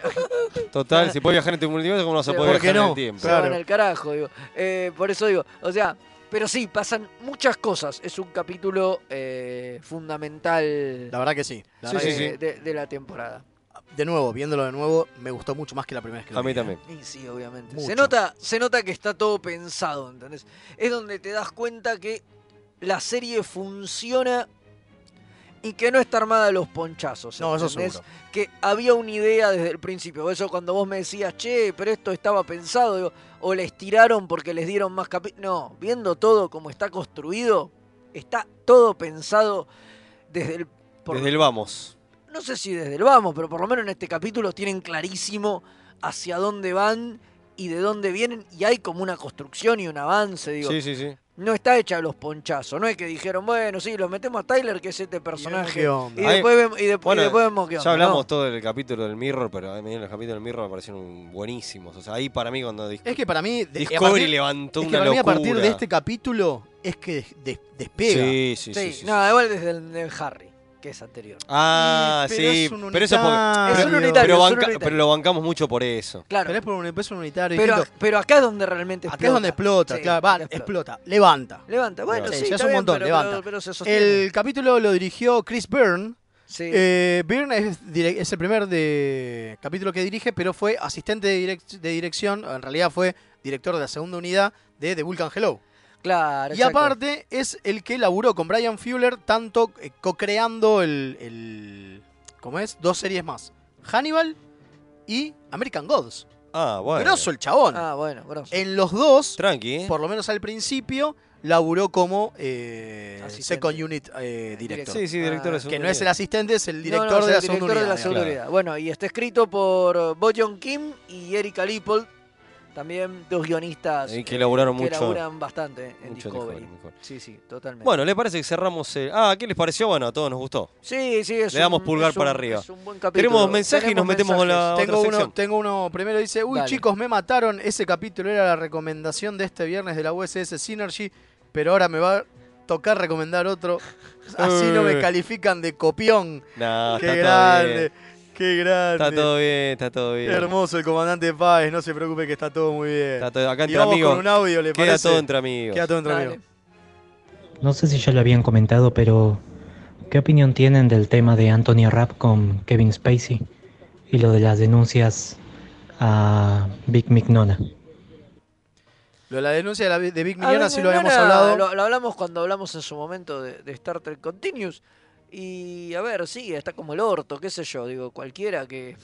C: Total, si puede viajar en tu este multiverso, ¿cómo no se
D: Se
C: puede
D: van-
C: viajar en el tiempo?
D: Se van al carajo, digo. Eh, por eso digo, o sea, Pero sí, pasan muchas cosas. Es un capítulo eh, fundamental.
B: La verdad que sí. La verdad
D: de,
B: que sí.
D: de- de la temporada.
B: De nuevo, viéndolo de nuevo, me gustó mucho más que la primera vez que lo
C: A mí
B: vi.
C: también.
D: Y sí, obviamente.
B: Mucho.
D: Se nota, se nota que está todo pensado, ¿entendés? Es donde te das cuenta que la serie funciona y que no está armada a los ponchazos.
B: No, eso
D: ¿entendés?
B: seguro.
D: Que había una idea desde el principio. Eso cuando vos me decías, che, pero esto estaba pensado, digo, o les tiraron porque les dieron más capítulos. No, viendo todo como está construido, está todo pensado desde el... por-
C: Desde el vamos.
D: no sé si desde el vamos, pero por lo menos en este capítulo tienen clarísimo hacia dónde van y de dónde vienen y hay como una construcción y un avance, digo.
C: Sí, sí, sí.
D: No está hecha a los ponchazos, no es que dijeron, bueno, sí, los metemos a Tyler, que es este personaje. Y,
B: vemos qué onda.
D: después, vemos, y, de- y
C: Bueno,
D: después vemos qué
C: ya
D: onda,
C: hablamos
D: ¿no?
C: todo del capítulo del Mirror, pero a mí los capítulos del Mirror me parecieron buenísimos. O sea, ahí para mí cuando dis-
B: Es que para mí. de- a
C: Discovery
B: partir-
C: levantó
B: es que
C: una
B: para mí, a partir
C: locura.
B: de este capítulo, es que des- des- despega.
C: Sí, sí, sí, sí, sí.
D: No, igual desde el del Harry, que es anterior.
C: Ah,
B: Y, eh, pero
C: sí,
B: es un
C: pero eso es porque-
B: unitario.
C: pero-
B: Es un unitario,
C: pero
B: es un
C: banca-
B: unitario.
C: pero lo bancamos mucho por eso.
D: Claro.
B: Pero es por un peso unitario.
D: Pero,
B: distinto.
D: ac- pero acá es donde realmente
B: Acá es donde explota,
D: Sí,
B: claro, va,
D: acá
B: explota. levanta.
D: Levanta, bueno, sí,
B: ya es
D: está
B: un
D: bien,
B: montón,
D: pero-
B: levanta.
D: pero- pero se sostiene.
B: el capítulo lo dirigió Chris Byrne.
D: Sí.
B: Eh, Byrne es, dire- es el primer de capítulo que dirige, pero fue asistente de, direc- de dirección, en realidad fue director de la segunda unidad de The Vulcan Hello.
D: Claro,
B: Y
D: Ah, exacto.
B: aparte es el que laburó con Brian Fuller, tanto eh, co-creando el, el- ¿Cómo es? Dos series más. Hannibal y American Gods.
C: Ah, bueno.
B: Grosso el chabón.
D: Ah, bueno, grosso.
B: En los dos,
C: Tranqui, ¿eh?
B: por lo menos al principio, laburó como eh,
D: Asistente.
B: second unit eh, director.
C: Sí, sí, director de Ah. segunda
B: Que no es
C: unidad.
B: el asistente, es el director
D: No, no, es
B: de
D: el
B: la segunda
D: director de
B: unidad.
D: la segunda
B: digamos.
D: unidad. Bueno, y está escrito por Bojon Kim y Erika Lippold, también dos guionistas
C: Y Eh, que laburaron
D: que
C: mucho-
D: laburan bastante en
C: mucho en
D: Discovery.
C: Discovery, Discovery.
D: Sí, sí, totalmente.
C: Bueno, ¿le parece que cerramos el... Ah, ¿qué les pareció? Bueno, a todos nos gustó.
D: sí, sí, es
C: Le damos
D: un-
C: pulgar
D: es un-
C: para arriba.
D: es un buen capítulo.
C: Tenemos mensaje y nos
D: Tenemos
C: metemos con la
D: mensajes.
C: otra
B: Tengo uno,
C: sección.
B: tengo uno primero, dice, uy
D: Dale.
B: chicos, me mataron, ese capítulo era la recomendación de este viernes de la USS Synergy, pero ahora me va a tocar recomendar otro, así no me
C: Eh.
B: califican de copión.
C: No,
B: qué
C: Ah, está todo
B: grande,
C: bien.
B: qué grande.
C: Está todo bien, está todo bien.
B: Hermoso el comandante Páez, no se preocupe que está todo muy bien.
C: Está todo- acá
B: Y
C: entre
B: vamos
C: amigos.
B: con un audio, ¿le
C: Queda
B: parece?
C: todo entre amigos.
B: Queda todo entre
D: Dale.
B: amigos.
P: No sé si ya lo habían comentado, pero ¿qué opinión tienen del tema de Anthony Rapp con Kevin Spacey y lo de las denuncias a Big Mignona?
B: Lo de la denuncia de, la- de Big
D: A
B: Millona
D: ver,
B: sí lo habíamos
D: Nora,
B: hablado.
D: Lo, lo hablamos cuando hablamos en su momento de, de Star Trek Continues. Y a ver, sí, está como el orto, qué sé yo. Digo, cualquiera que.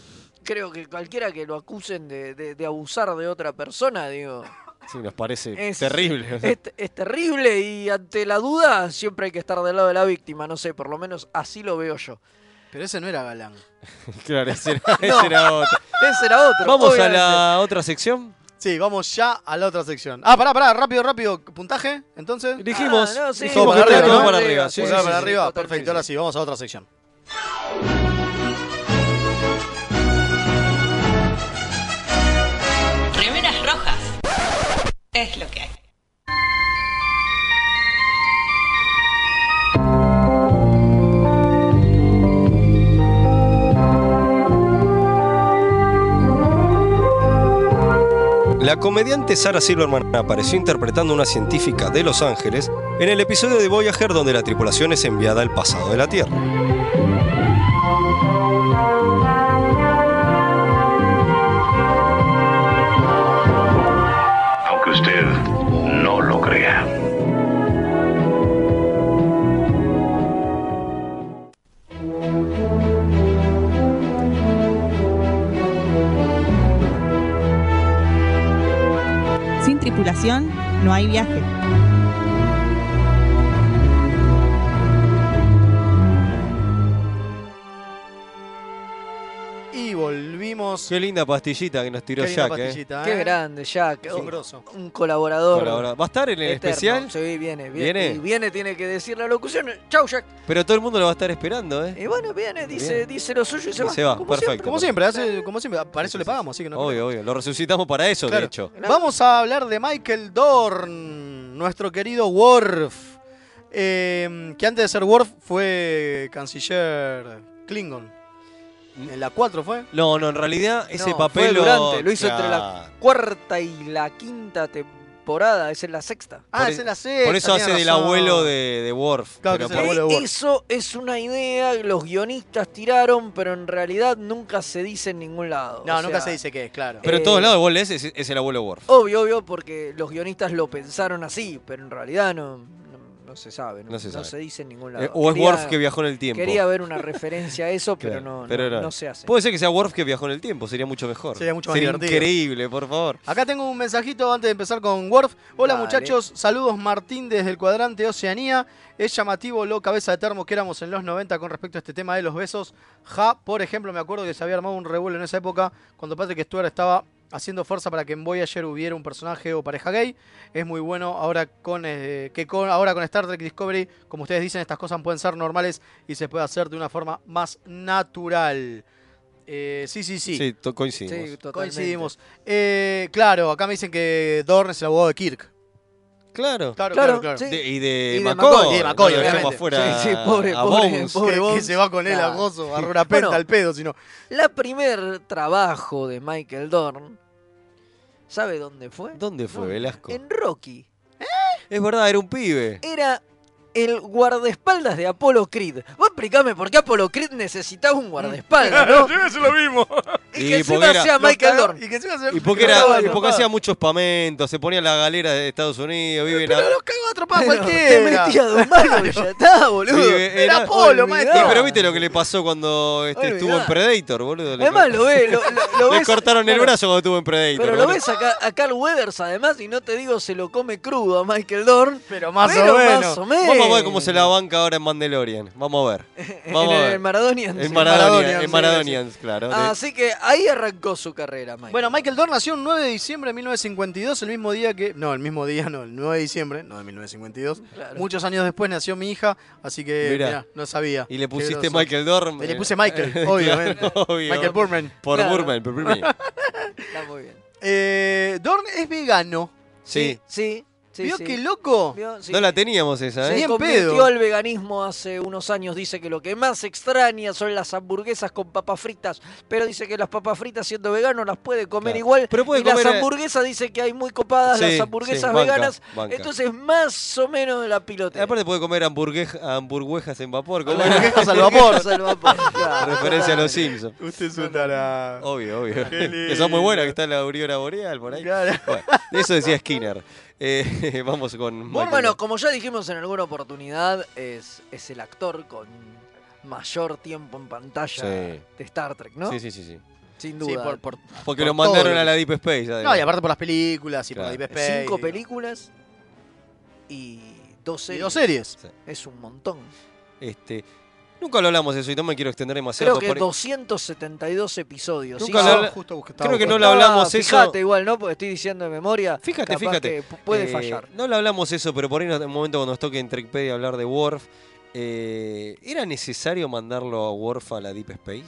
D: Creo que cualquiera que lo acusen de, de- de abusar de otra persona, digo.
C: Sí, nos parece
D: Es-
C: terrible. o sea.
D: Es, es terrible y ante la duda siempre hay que estar del lado de la víctima, no sé, por lo menos así lo veo yo.
B: Pero ese no era galán.
C: Claro, ese era, ese era otro.
D: Ese era otro.
C: Vamos
D: obviamente.
C: a la otra sección.
B: Sí, vamos ya a la otra sección. Ah, pará, pará, rápido, rápido. ¿Puntaje? Entonces.
C: Dijimos,
D: Ah, no, sí,
B: Dijimos
D: para
B: que
D: arriba,
B: todo
D: todo
B: para arriba.
D: para arriba, sí,
B: Pulgar
D: sí,
B: para
D: sí,
B: arriba,
D: totalmente.
B: perfecto. Ahora sí, vamos a otra sección.
H: Remeras rojas. Es lo que hay.
C: La comediante Sarah Silverman apareció interpretando a una científica de Los Ángeles en el episodio de Voyager donde la tripulación es enviada al pasado de la Tierra.
Q: aunque usted no lo crea.
F: Sin tripulación no hay viaje.
B: Y volvimos.
C: Qué linda pastillita que nos tiró
B: Qué linda
C: Jack, ¿eh?
B: pastillita,
D: Qué
B: ¿eh?
D: grande, Jack.
B: Es un grosso.
D: Un colaborador.
C: Colaborador. ¿Va a estar en el especial?
D: Sí, viene, viene.
C: ¿Viene?
D: Y viene, tiene que decir la locución. Chau, Jack.
C: Pero todo el mundo lo va a estar esperando, ¿eh?
D: Y bueno, viene, dice,
C: Bien.
D: dice lo suyo y se,
C: Y
D: va.
C: se va,
D: Como
C: perfecto.
D: siempre.
B: Como siempre, hace- como siempre, para eso le pagamos, así que no.
C: Obvio, obvio. Lo resucitamos para eso,
B: Claro.
C: de hecho.
B: Vamos a hablar de Michael Dorn, nuestro querido Worf, eh, que antes de ser Worf fue canciller Klingon.
C: Mm.
B: En la 4 fue.
C: No, no, en realidad ese
D: No,
C: papel
D: fue durante, lo hizo entre
C: Claro.
D: la cuarta y la quinta tem- temporada, es en la sexta.
B: Ah, es en la sexta.
C: Por eso hace
B: tenés
C: del
B: razón.
C: abuelo de, de Worf.
B: Claro,
C: que no
B: que es el
C: por-
B: abuelo de Worf.
D: Eso es una idea que los guionistas tiraron, pero en realidad nunca se dice en ningún lado.
B: No,
D: O
B: nunca
D: sea,
B: se dice qué es, claro.
C: Pero en
D: Eh,
C: todos lados vos lees, es, es el abuelo de Worf.
D: Obvio, obvio, porque los guionistas lo pensaron así, pero en realidad no, no, no se sabe, no,
C: No se
D: no
C: sabe.
D: se dice en ningún lado.
C: Eh, o es
D: Quería-
C: Worf que viajó en el tiempo.
D: Quería ver una referencia a eso, pero,
C: Claro,
D: no, no,
C: pero pues-
D: no se hace.
C: Puede ser que sea Worf que viajó en el tiempo, sería mucho mejor.
B: Sería mucho más divertido.
C: increíble, por favor.
B: Acá tengo un mensajito antes de empezar con Worf. Hola
D: Dale.
B: muchachos, saludos Martín desde el cuadrante Oceanía. Es llamativo lo cabeza de termo que éramos en los 90 con respecto a este tema de los besos. Ja, por ejemplo, me acuerdo que se había armado un revuelo en esa época cuando Patrick Stewart estaba haciendo fuerza para que en Voyager hubiera un personaje o pareja gay. Es muy bueno ahora con eh, que con, ahora con Star Trek Discovery, como ustedes dicen, estas cosas pueden ser normales y se puede hacer de una forma más natural. Eh, sí, sí, sí.
C: Sí, to- coincidimos.
D: Sí, totalmente.
B: Coincidimos. Eh, claro, acá me dicen que Dorn es el abogado de Kirk.
C: Claro.
B: Claro, claro,
D: Claro,
B: claro.
D: sí.
C: De- y de,
B: Y de
C: Macoy.
B: McCoy, y de McCoy,
C: no lo dejemos
B: obviamente.
C: afuera
D: Sí, sí, pobre,
C: a
D: pobre,
C: Bones.
D: pobre.
B: Que- que
D: Bones.
B: se va con él a
D: Claro.
B: gozo, a agarrar una penta
D: Bueno.
B: al pedo, sino.
D: La primer trabajo de Michael Dorn, ¿sabe dónde fue?
C: ¿Dónde fue
D: No.
C: Velasco?
D: En Rocky.
C: Es verdad, era un pibe.
D: Era el guardaespaldas de Apollo Creed. Vos explicame por qué Apollo Creed necesitaba un guardaespaldas, ¿no?
C: es lo mismo.
D: Y que
C: Y porque
D: encima
C: era-
D: sea Michael
B: Claro,
D: Dorn.
B: Y que encima se
C: Y porque,
D: Pero
C: era,
D: estaba
C: y porque
D: atrapado.
C: hacía muchos pamentos, se ponía en la galera de Estados Unidos, vive en
B: Pero
C: la-
B: los cagó atrapado a
D: Pero
B: cualquiera.
D: Te metía dos manos y ya está, boludo.
C: Vive-
B: Era Apolo, maestro.
C: Sí, pero viste lo que le pasó cuando este,
D: Olvidá.
C: estuvo en Predator, boludo. Le,
D: Además
C: cor-
D: lo ves, lo, lo- lo
C: le
D: ves-
C: cortaron el
D: claro,
C: brazo cuando estuvo en Predator.
D: Pero lo
C: boludo.
D: ves acá, a Carl Weathers además, y no te digo se lo come crudo a Michael Dorn.
B: Pero más
D: pero
B: o menos.
D: más o menos.
C: Vamos a ver cómo se la banca ahora en Mandalorian. Vamos a ver. Vamos a
D: en
C: ver.
D: el Maradonian.
C: En
D: sí. Ah,
C: Maradonian,
B: sí,
C: en Maradonian, claro. de-
D: Así que ahí arrancó su carrera, Michael.
B: Bueno, Michael Dorn nació el 9 de diciembre de 1952, el mismo día que. No, el mismo día, no, el 9 de diciembre, no de 1952.
D: Claro.
B: Muchos años después nació mi hija, así que
C: Mirá.
B: mirá, no sabía.
C: Y le
B: Qué
C: pusiste
B: groso.
C: Michael Dorn.
B: Y le
C: eh,
B: puse Michael,
C: claro,
B: obviamente.
C: obvio.
B: Michael Burman.
C: Por
D: Claro.
C: Burman, por Burman.
D: Está muy bien.
B: Eh, Dorn es vegano.
C: Sí.
D: Sí, sí.
B: ¿Vio
D: sí.
B: qué loco?
D: Vio, sí.
C: No la teníamos esa,
D: Se
C: ¿eh?
B: Ni en
D: convirtió
B: pedo.
D: al veganismo hace unos años. Dice que lo que más extraña son las hamburguesas con papas fritas. Pero dice que las papas fritas siendo vegano las puede comer
C: Claro.
D: igual.
C: Pero puede
D: y
C: comer,
D: las
C: eh,
D: hamburguesas dice que hay muy copadas
C: Sí,
D: las
C: sí,
D: hamburguesas
C: banca,
D: veganas.
C: banca.
D: Entonces más o menos la pilota.
C: Aparte puede comer hamburguejas, hamburguesas en vapor. como era.
B: Hamburguesas al vapor.
C: Referencia a los Simpsons.
B: Usted es un tarado.
C: Obvio, obvio.
B: Qué
C: Que son muy buenas, que
B: lindo.
C: está la aurora boreal por ahí.
B: Claro.
C: Bueno, eso decía Skinner. Eh, vamos con Michael
D: Bueno,
C: Dorn.
D: como ya dijimos en alguna oportunidad, es, es el actor con mayor tiempo en pantalla
C: Sí.
D: de Star Trek, ¿no?
C: Sí, sí, sí, sí.
D: Sin duda.
B: Sí, por, por-
C: Porque
B: por
C: lo mandaron
B: todo.
C: a la Deep Space. además.
B: No, y aparte por las películas y
C: Claro.
B: por la Deep Space.
D: Cinco
B: y-
D: películas y dos
B: Y
D: series.
B: dos series.
D: Es un montón.
C: Este, nunca lo hablamos de eso y no me quiero extender demasiado.
D: Creo que
C: por-
D: 272 episodios.
C: Nunca
D: hizo.
C: lo habla-
B: Justo busqué-
C: Creo que
B: estaba
C: no lo
D: Ah,
C: hablamos eso.
D: Fíjate igual, ¿no? Porque estoy diciendo de memoria.
C: Fíjate,
D: capaz
C: fíjate.
D: que pu- puede
C: Eh,
D: fallar.
C: No lo hablamos eso, pero por ahí en un momento cuando nos toque en Trekpedia hablar de Worf. eh, ¿Era necesario mandarlo a Worf a la Deep Space?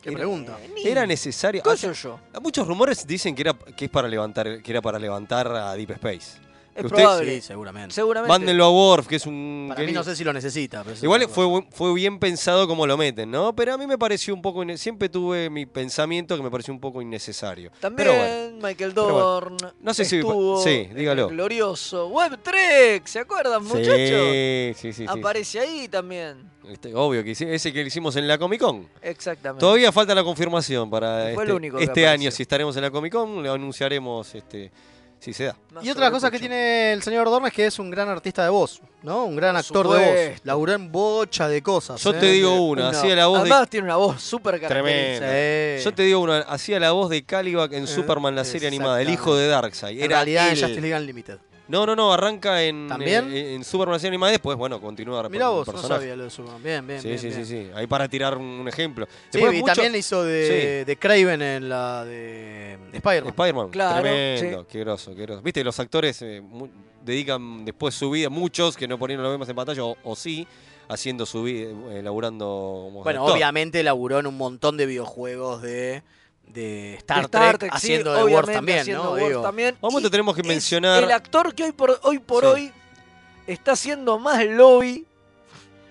B: Qué pregunta.
D: Ni-
C: ¿Era necesario?
D: ¿Qué soy yo?
C: Ah, Muchos rumores dicen que era, que es para levantar, que era para levantar a Deep Space.
D: Es
C: ¿Usted?
D: probable.
B: Sí, seguramente.
D: Seguramente.
C: Mándenlo a Worf, que es un.
B: Para mí
C: querido-
B: no sé si lo necesita. pero eso
C: Igual
B: es
C: fue, bu- fue bien pensado como lo meten, ¿no? Pero a mí me pareció un poco. inne- Siempre tuve mi pensamiento que me pareció un poco innecesario.
D: También
C: Pero bueno.
D: Michael
C: pero bueno.
D: Dorn.
C: No sé si-
D: estuvo
C: sí,
D: en el
C: dígalo.
D: Glorioso. Web Trek, ¿se acuerdan, muchachos?
C: Sí, sí, sí, sí.
D: Aparece ahí también.
C: Este, obvio que hice- ese que hicimos en la Comic Con.
D: Exactamente.
C: Todavía falta la confirmación para
D: Y fue
C: este,
D: el único que
C: este año.
D: apareció.
C: Si estaremos en la Comic Con, lo anunciaremos este, si se da.
D: Más
B: Y otra
D: sobre
B: cosa que
D: Pucho.
B: tiene el señor Dorn es que es un gran artista de voz, ¿no? Un gran
D: Por
B: actor de voz.
D: supuesto.
B: Laburó en bocha de cosas.
C: Yo
B: ¿eh?
C: te digo una, hacía la voz de.
D: Además tiene una voz súper característica.
C: Tremenda.
D: Eh,
B: Sí.
C: Yo te digo una, hacía la voz de Calibac en Superman, la serie animada, el hijo de Darkseid.
B: En
C: Era
B: realidad en
C: él.
B: Justice League Unlimited.
C: No, no, no, arranca en,
B: ¿También?
C: eh, en Superman, la serie animada, después, bueno, continúa con
B: Mirá
C: el
B: vos, no
C: personaje.
B: sabía lo de Superman. Bien, bien,
C: sí,
B: bien,
C: sí, sí,
B: bien.
C: sí. Ahí para tirar un, un ejemplo.
B: Sí,
C: Después
B: y
C: mucho-
B: también hizo de, de Craven en la de Spider-Man.
C: Spider-Man,
D: Claro,
C: tremendo,
D: sí.
C: qué groso, qué groso. Viste, los actores eh, mu- dedican después su vida, muchos que no ponían lo vemos en pantalla, o, o sí, haciendo su vida, eh, laburando como
B: bueno,
C: actor.
B: obviamente laburó en un montón de videojuegos de, de Star,
D: De Star
B: Trek,
D: Trek, sí,
B: haciendo de Worf
D: obviamente,
B: también,
D: haciendo
B: ¿no?
D: Worf
B: Digo,
D: también.
C: Un momento
D: Y
C: tenemos que
D: es
C: mencionar-
D: El actor que hoy por hoy, por
C: Sí.
D: hoy está haciendo más lobby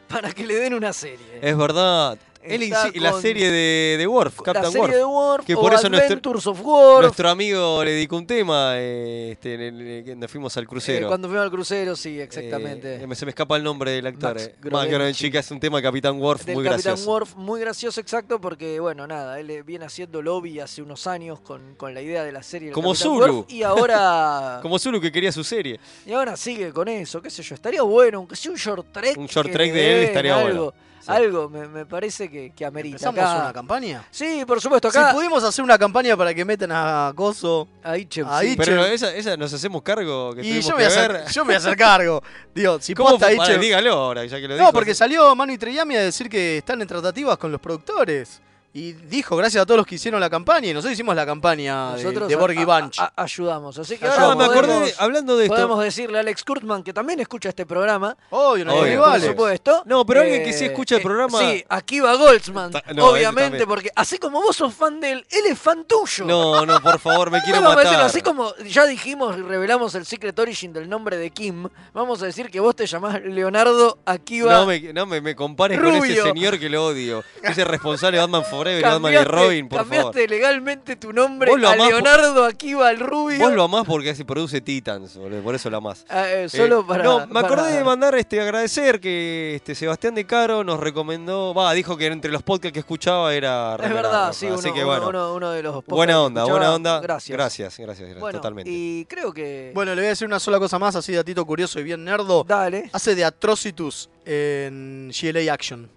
D: para que le den una serie.
C: Eh, Es verdad. Él
D: está
C: insi- la
D: con
C: serie de, de Worf, Captain
D: la serie
C: Worf,
D: de Worf
C: que
D: o
C: por eso nuestro,
D: Adventures of Worf. eh,
C: nuestro amigo le dedicó un tema eh, este, en el- eh, que nos fuimos al
D: Eh,
C: crucero.
D: cuando fuimos al crucero, sí, exactamente.
C: Eh, me- se me escapa el nombre del actor.
D: Max
C: eh. Max
D: Groening.
C: Groening, que es un tema de Capitán Worf
D: del
C: muy
D: Capitán
C: gracioso.
D: Worf, muy gracioso, exacto, porque, bueno, nada, él eh, viene haciendo lobby hace unos años con, con la idea de la serie. del
C: Como
D: Capitán
C: Zulu.
D: Worf, y ahora
C: Como Zulu que quería su serie.
D: y ahora sigue con eso, qué sé yo. Estaría bueno, aunque sea un short trek.
C: Un short
D: que
C: trek
D: le
C: de él
D: den,
C: estaría
D: algo,
C: bueno.
D: Algo me, me parece que, que amerita.
B: ¿Empezamos
D: acá.
B: una campaña?
D: Sí, por supuesto, acá.
B: Si pudimos hacer una campaña para que metan a Coso.
D: Ahí, che,
B: Ahí,
C: Pero esa, esa nos hacemos cargo. Que
B: Y
C: tuvimos
B: yo me, voy a
C: que
B: hacer,
C: ver.
B: yo me voy a hacer cargo. Digo, si
C: ¿Cómo
B: posta
C: fue?
B: ahí,
C: Pará,
B: che-
C: dígalo ahora, ya que lo dijo.
B: No, porque salió Manu y Treyami a decir que están en tratativas con los productores. Y dijo, gracias a todos los que hicieron la campaña. Y nosotros hicimos la campaña de-
D: Nosotros
B: de,
D: a-
B: Borghi
D: a-
B: Bunch.
D: a- ayudamos. Así que
B: Ah,
D: ahora
B: me acordé de-
D: podemos-
C: hablando de esto.
D: Podemos decirle a Alex Kurtzman, que también escucha este programa.
B: Obvio,
C: no hay Obvio,
D: por
C: rivales.
D: supuesto.
C: No, pero alguien que sí escucha el
D: eh,
C: programa-
D: Sí, aquí va Goldsman,
C: Ta- no, ese
D: obviamente,
C: también.
D: porque así como vos sos fan de él, él es fan tuyo.
C: No, no, por favor, me quiero
D: Vamos a decirlo,
C: matar.
D: así como ya dijimos y revelamos el Secret Origin del nombre de Kim, vamos a decir que vos te llamás Leonardo Akiva.
C: No me, no me, me compares con ese
D: Rubio.
C: señor que lo odio. Ese responsable de Batman Forever y Batman y
D: Cambiaste-
C: Robin, por favor.
D: cambiaste legalmente tu nombre
C: Vos lo
D: a
C: amás por-
D: Leonardo Akiva el Rubio.
C: Vos lo amás porque se produce Titans, boludo, por eso lo amás.
D: Ah, eh, solo para-
C: No, me acordé
D: para-
C: de mandar este agradecer que este Sebastián de Caro nos recomendó, va, dijo que entre los podcasts que escuchaba era
D: Es
C: Remeras
D: verdad,
C: Rojas,
D: sí, uno,
C: así que
D: uno-
C: bueno.
D: uno- uno de los podcasts que
C: buena onda,
D: escuchaba.
C: buena onda.
D: Gracias.
C: Gracias, gracias, gracias,
D: Bueno,
C: totalmente.
D: y creo que
B: Eh, Bueno, le voy a decir una sola cosa más, así de datito curioso y bien nerdo.
D: Dale.
C: ah,
B: Hace de Atrocitus en GLA Action.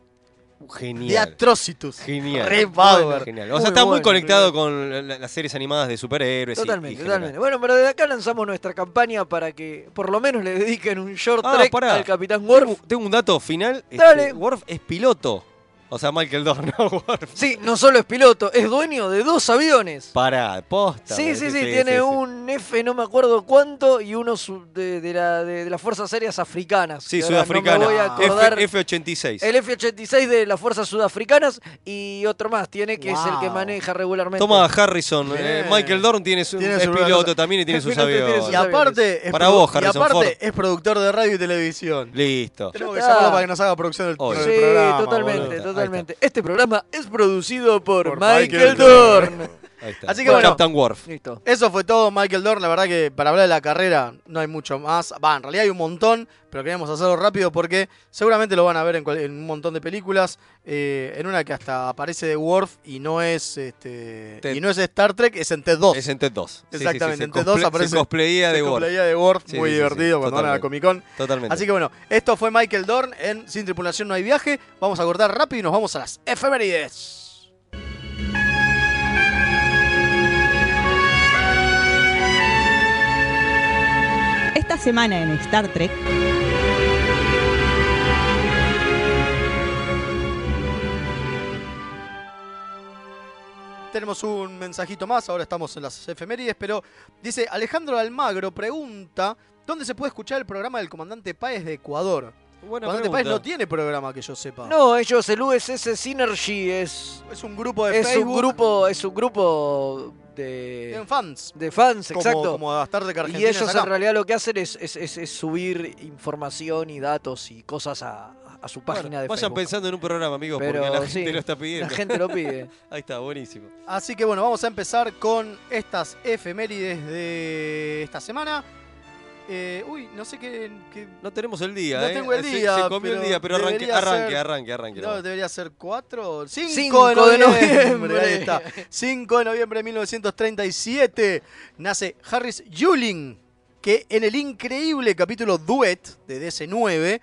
B: De
C: Genial.
B: Atrocitus.
C: Genial.
B: Re power.
C: Genial. O sea, está muy conectado con la- la- las series animadas de superhéroes. y- y
D: Totalmente,
C: general.
D: totalmente. Bueno, pero desde acá lanzamos nuestra campaña para que por lo menos le dediquen un short
C: Ah,
D: track
C: pará. Uh,
D: al Capitán Worf.
C: Tengo, tengo un dato final.
D: Dale.
C: Este, Worf es piloto. O sea, Michael Dorn, no Worf.
D: Sí, no solo es piloto, es dueño de dos aviones.
C: Pará, posta.
D: Sí,
C: boludo.
D: sí, sí, tiene
C: sí.
D: un F no me acuerdo cuánto y uno su- de, de la- de- de las Fuerzas Aéreas Africanas.
C: Sí,
D: que ahora
C: sudafricana.
D: No me voy a
C: F-
D: acordar.
C: F86.
D: el F-86 de las Fuerzas Sudafricanas y otro más tiene que es el que
B: Wow.
D: maneja regularmente.
C: Toma Harrison.
B: Bien.
C: eh, Michael Dorn tiene su,
B: Tiene
C: es
B: su-
C: piloto también y tiene
B: Es
C: sus
B: piloto y tiene
C: aviones.
B: sus Y aparte, es
C: Para
B: produ-
C: vos,
B: y
C: Harrison
B: aparte
C: Ford.
B: es productor de radio y televisión.
C: Listo.
B: Tenemos que
D: Ya
B: llamarlo
D: está.
B: para que nos haga producción del,
C: Obvio.
B: del
D: Sí,
B: programa.
D: totalmente,
B: boludo.
D: totalmente. Este programa es producido por,
B: Por Michael
D: Michael Dorn.
C: Ahí está.
B: Así que bueno.
C: Captain Worf.
D: Listo.
B: Eso fue todo, Michael Dorn. La verdad que para hablar de la carrera no hay mucho más. Va, en realidad hay un montón, pero queremos hacerlo rápido porque seguramente lo van a ver en, cual- en un montón de películas. eh, en una que hasta aparece de Worf y no es este
C: Ted.
B: y no es Star Trek, es en TED 2.
C: Es en TED 2. Sí, sí, sí,
B: Exactamente,
C: se
B: en TED
C: cosple-
B: 2 aparece.
C: Se cosplayea de
B: se
C: Worf.
B: cosplayea de Worf,
C: Sí,
B: muy
C: sí, sí, sí,
B: divertido cuando van a la Comic
C: totalmente.
B: Con.
C: Totalmente.
B: Así que bueno, esto fue Michael Dorn en Sin Tripulación No Hay Viaje. Vamos a cortar rápido y nos vamos a las efemérides.
F: Esta semana en Star Trek,
B: Tenemos un mensajito más, ahora estamos en las efemérides, pero dice Alejandro Almagro pregunta ¿Dónde se puede escuchar el programa del comandante Páez de Ecuador?
C: Buena
B: comandante
C: pregunta.
B: Páez no tiene programa que yo sepa.
D: No, ellos, el USS Synergy es.
B: Es un grupo de
D: es
B: Facebook.
D: Un grupo, es un grupo de.
B: Tienen fans.
D: De fans,
B: Como-
D: exacto.
B: como Bastardo que
D: y
B: Argentina es
D: ellos
B: acá.
D: en realidad lo que hacen es, es- es- es subir información y datos y cosas a, a su
C: Bueno,
D: página de
C: Vayan
D: Facebook.
C: pensando en un programa, amigos,
D: Pero
C: porque la
D: sí,
C: gente lo está pidiendo.
D: la gente lo pide.
C: Ahí está, buenísimo.
B: Así que bueno, vamos a empezar con estas efemérides de esta semana. Eh, uy, no sé qué... qué-
C: No tenemos el día,
B: no
C: ¿eh?
B: tengo el
C: Se-
B: día.
C: Se, comió el día, pero arranque,
B: debería
C: arranque,
B: ser-
C: arranque, arranque,
B: No,
C: nomás.
B: debería ser 4, 5,
D: Cinco
B: de
D: de
B: noviembre.
D: noviembre.
B: Ahí está. 5 de noviembre de 1937 nace Harris Yulin, que en el increíble capítulo Duet de DC9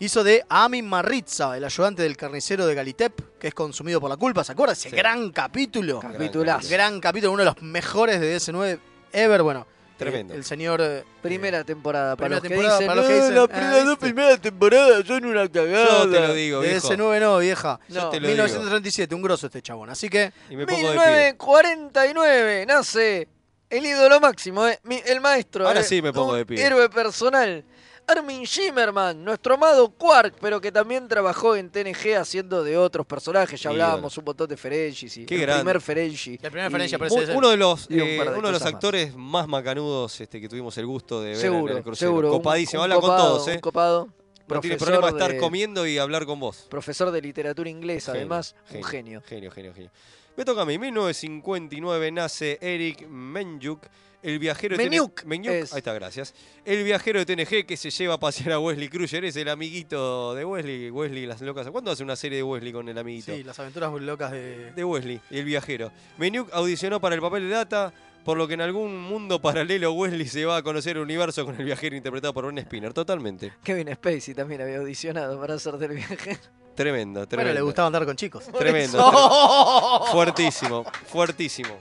B: hizo de Amin Marritza, el ayudante del carnicero de Galitep, que es consumido por la culpa. ¿Se acuerda? Ese
D: Sí.
B: gran capítulo.
D: Capitulazo.
B: Gran capítulo, uno de los mejores de DC9 ever. Bueno,
C: Tremendo.
B: eh, el señor... eh,
D: Primera temporada.
B: primera
D: Para los que
B: temporada,
D: dicen,
B: para los que
D: "No,
B: dicen,
D: la
B: ah,
D: primera,
B: ¿viste?".
D: primera temporada son una cagada.
C: Yo te lo digo,
B: de
C: viejo.
B: DC9 no, vieja.
D: Yo No. te
C: lo
B: 1937, un grosso este chabón. Así que...
C: Y me pongo de pie.
D: 1949 nace el ídolo máximo, eh, mi- el maestro.
C: Ahora
D: eh,
C: sí me pongo
D: un
C: de pie.
D: Héroe personal. Armin Shimmerman, nuestro amado Quark, pero que también trabajó en TNG haciendo de otros personajes. Ya
C: Ídolo.
D: habláamos un montón de Ferengis y
C: Qué
D: el
C: grande.
D: primer Ferengi.
B: El primer Ferengi
D: y-
B: aparece
C: Muy-
B: ese-
C: uno de los,
D: y un
C: eh,
D: par de
C: uno de los
D: cosas más.
C: actores más macanudos este, que tuvimos el gusto de ver en
D: Seguro,
C: el crucero.
D: seguro. un-
C: Copadísimo,
D: un
C: habla
D: copado,
C: con todos,
D: un
C: ¿eh?
D: copado.
C: No tiene
D: Profesor
C: problema estar
D: de-
C: comiendo y hablar con vos.
D: Profesor de literatura inglesa,
C: Genio,
D: además, un genio.
C: genio. Genio, genio, genio. Me toca a mí. 1959 nace Eric Menjuk, el viajero de TN
D: Meniuk
C: Meniuk,
D: es.
C: Ahí está, gracias. El viajero de TNG que se lleva a pasear a Wesley Crusher. Es el amiguito de Wesley. Wesley y las locas. ¿Cuándo hace una serie de Wesley con el amiguito?
B: Sí, las aventuras muy locas de.
C: de Wesley y el viajero. Meniuk audicionó para el papel de Data, por lo que en algún mundo paralelo Wesley se va a conocer el universo con el viajero interpretado por Ben Spinner. Totalmente.
D: Kevin Spacey también había audicionado para hacer del viaje.
C: Tremendo, tremendo.
B: Bueno, le gustaba andar con chicos.
C: Tremendo.
B: Por eso.
C: Fuertísimo, fuertísimo.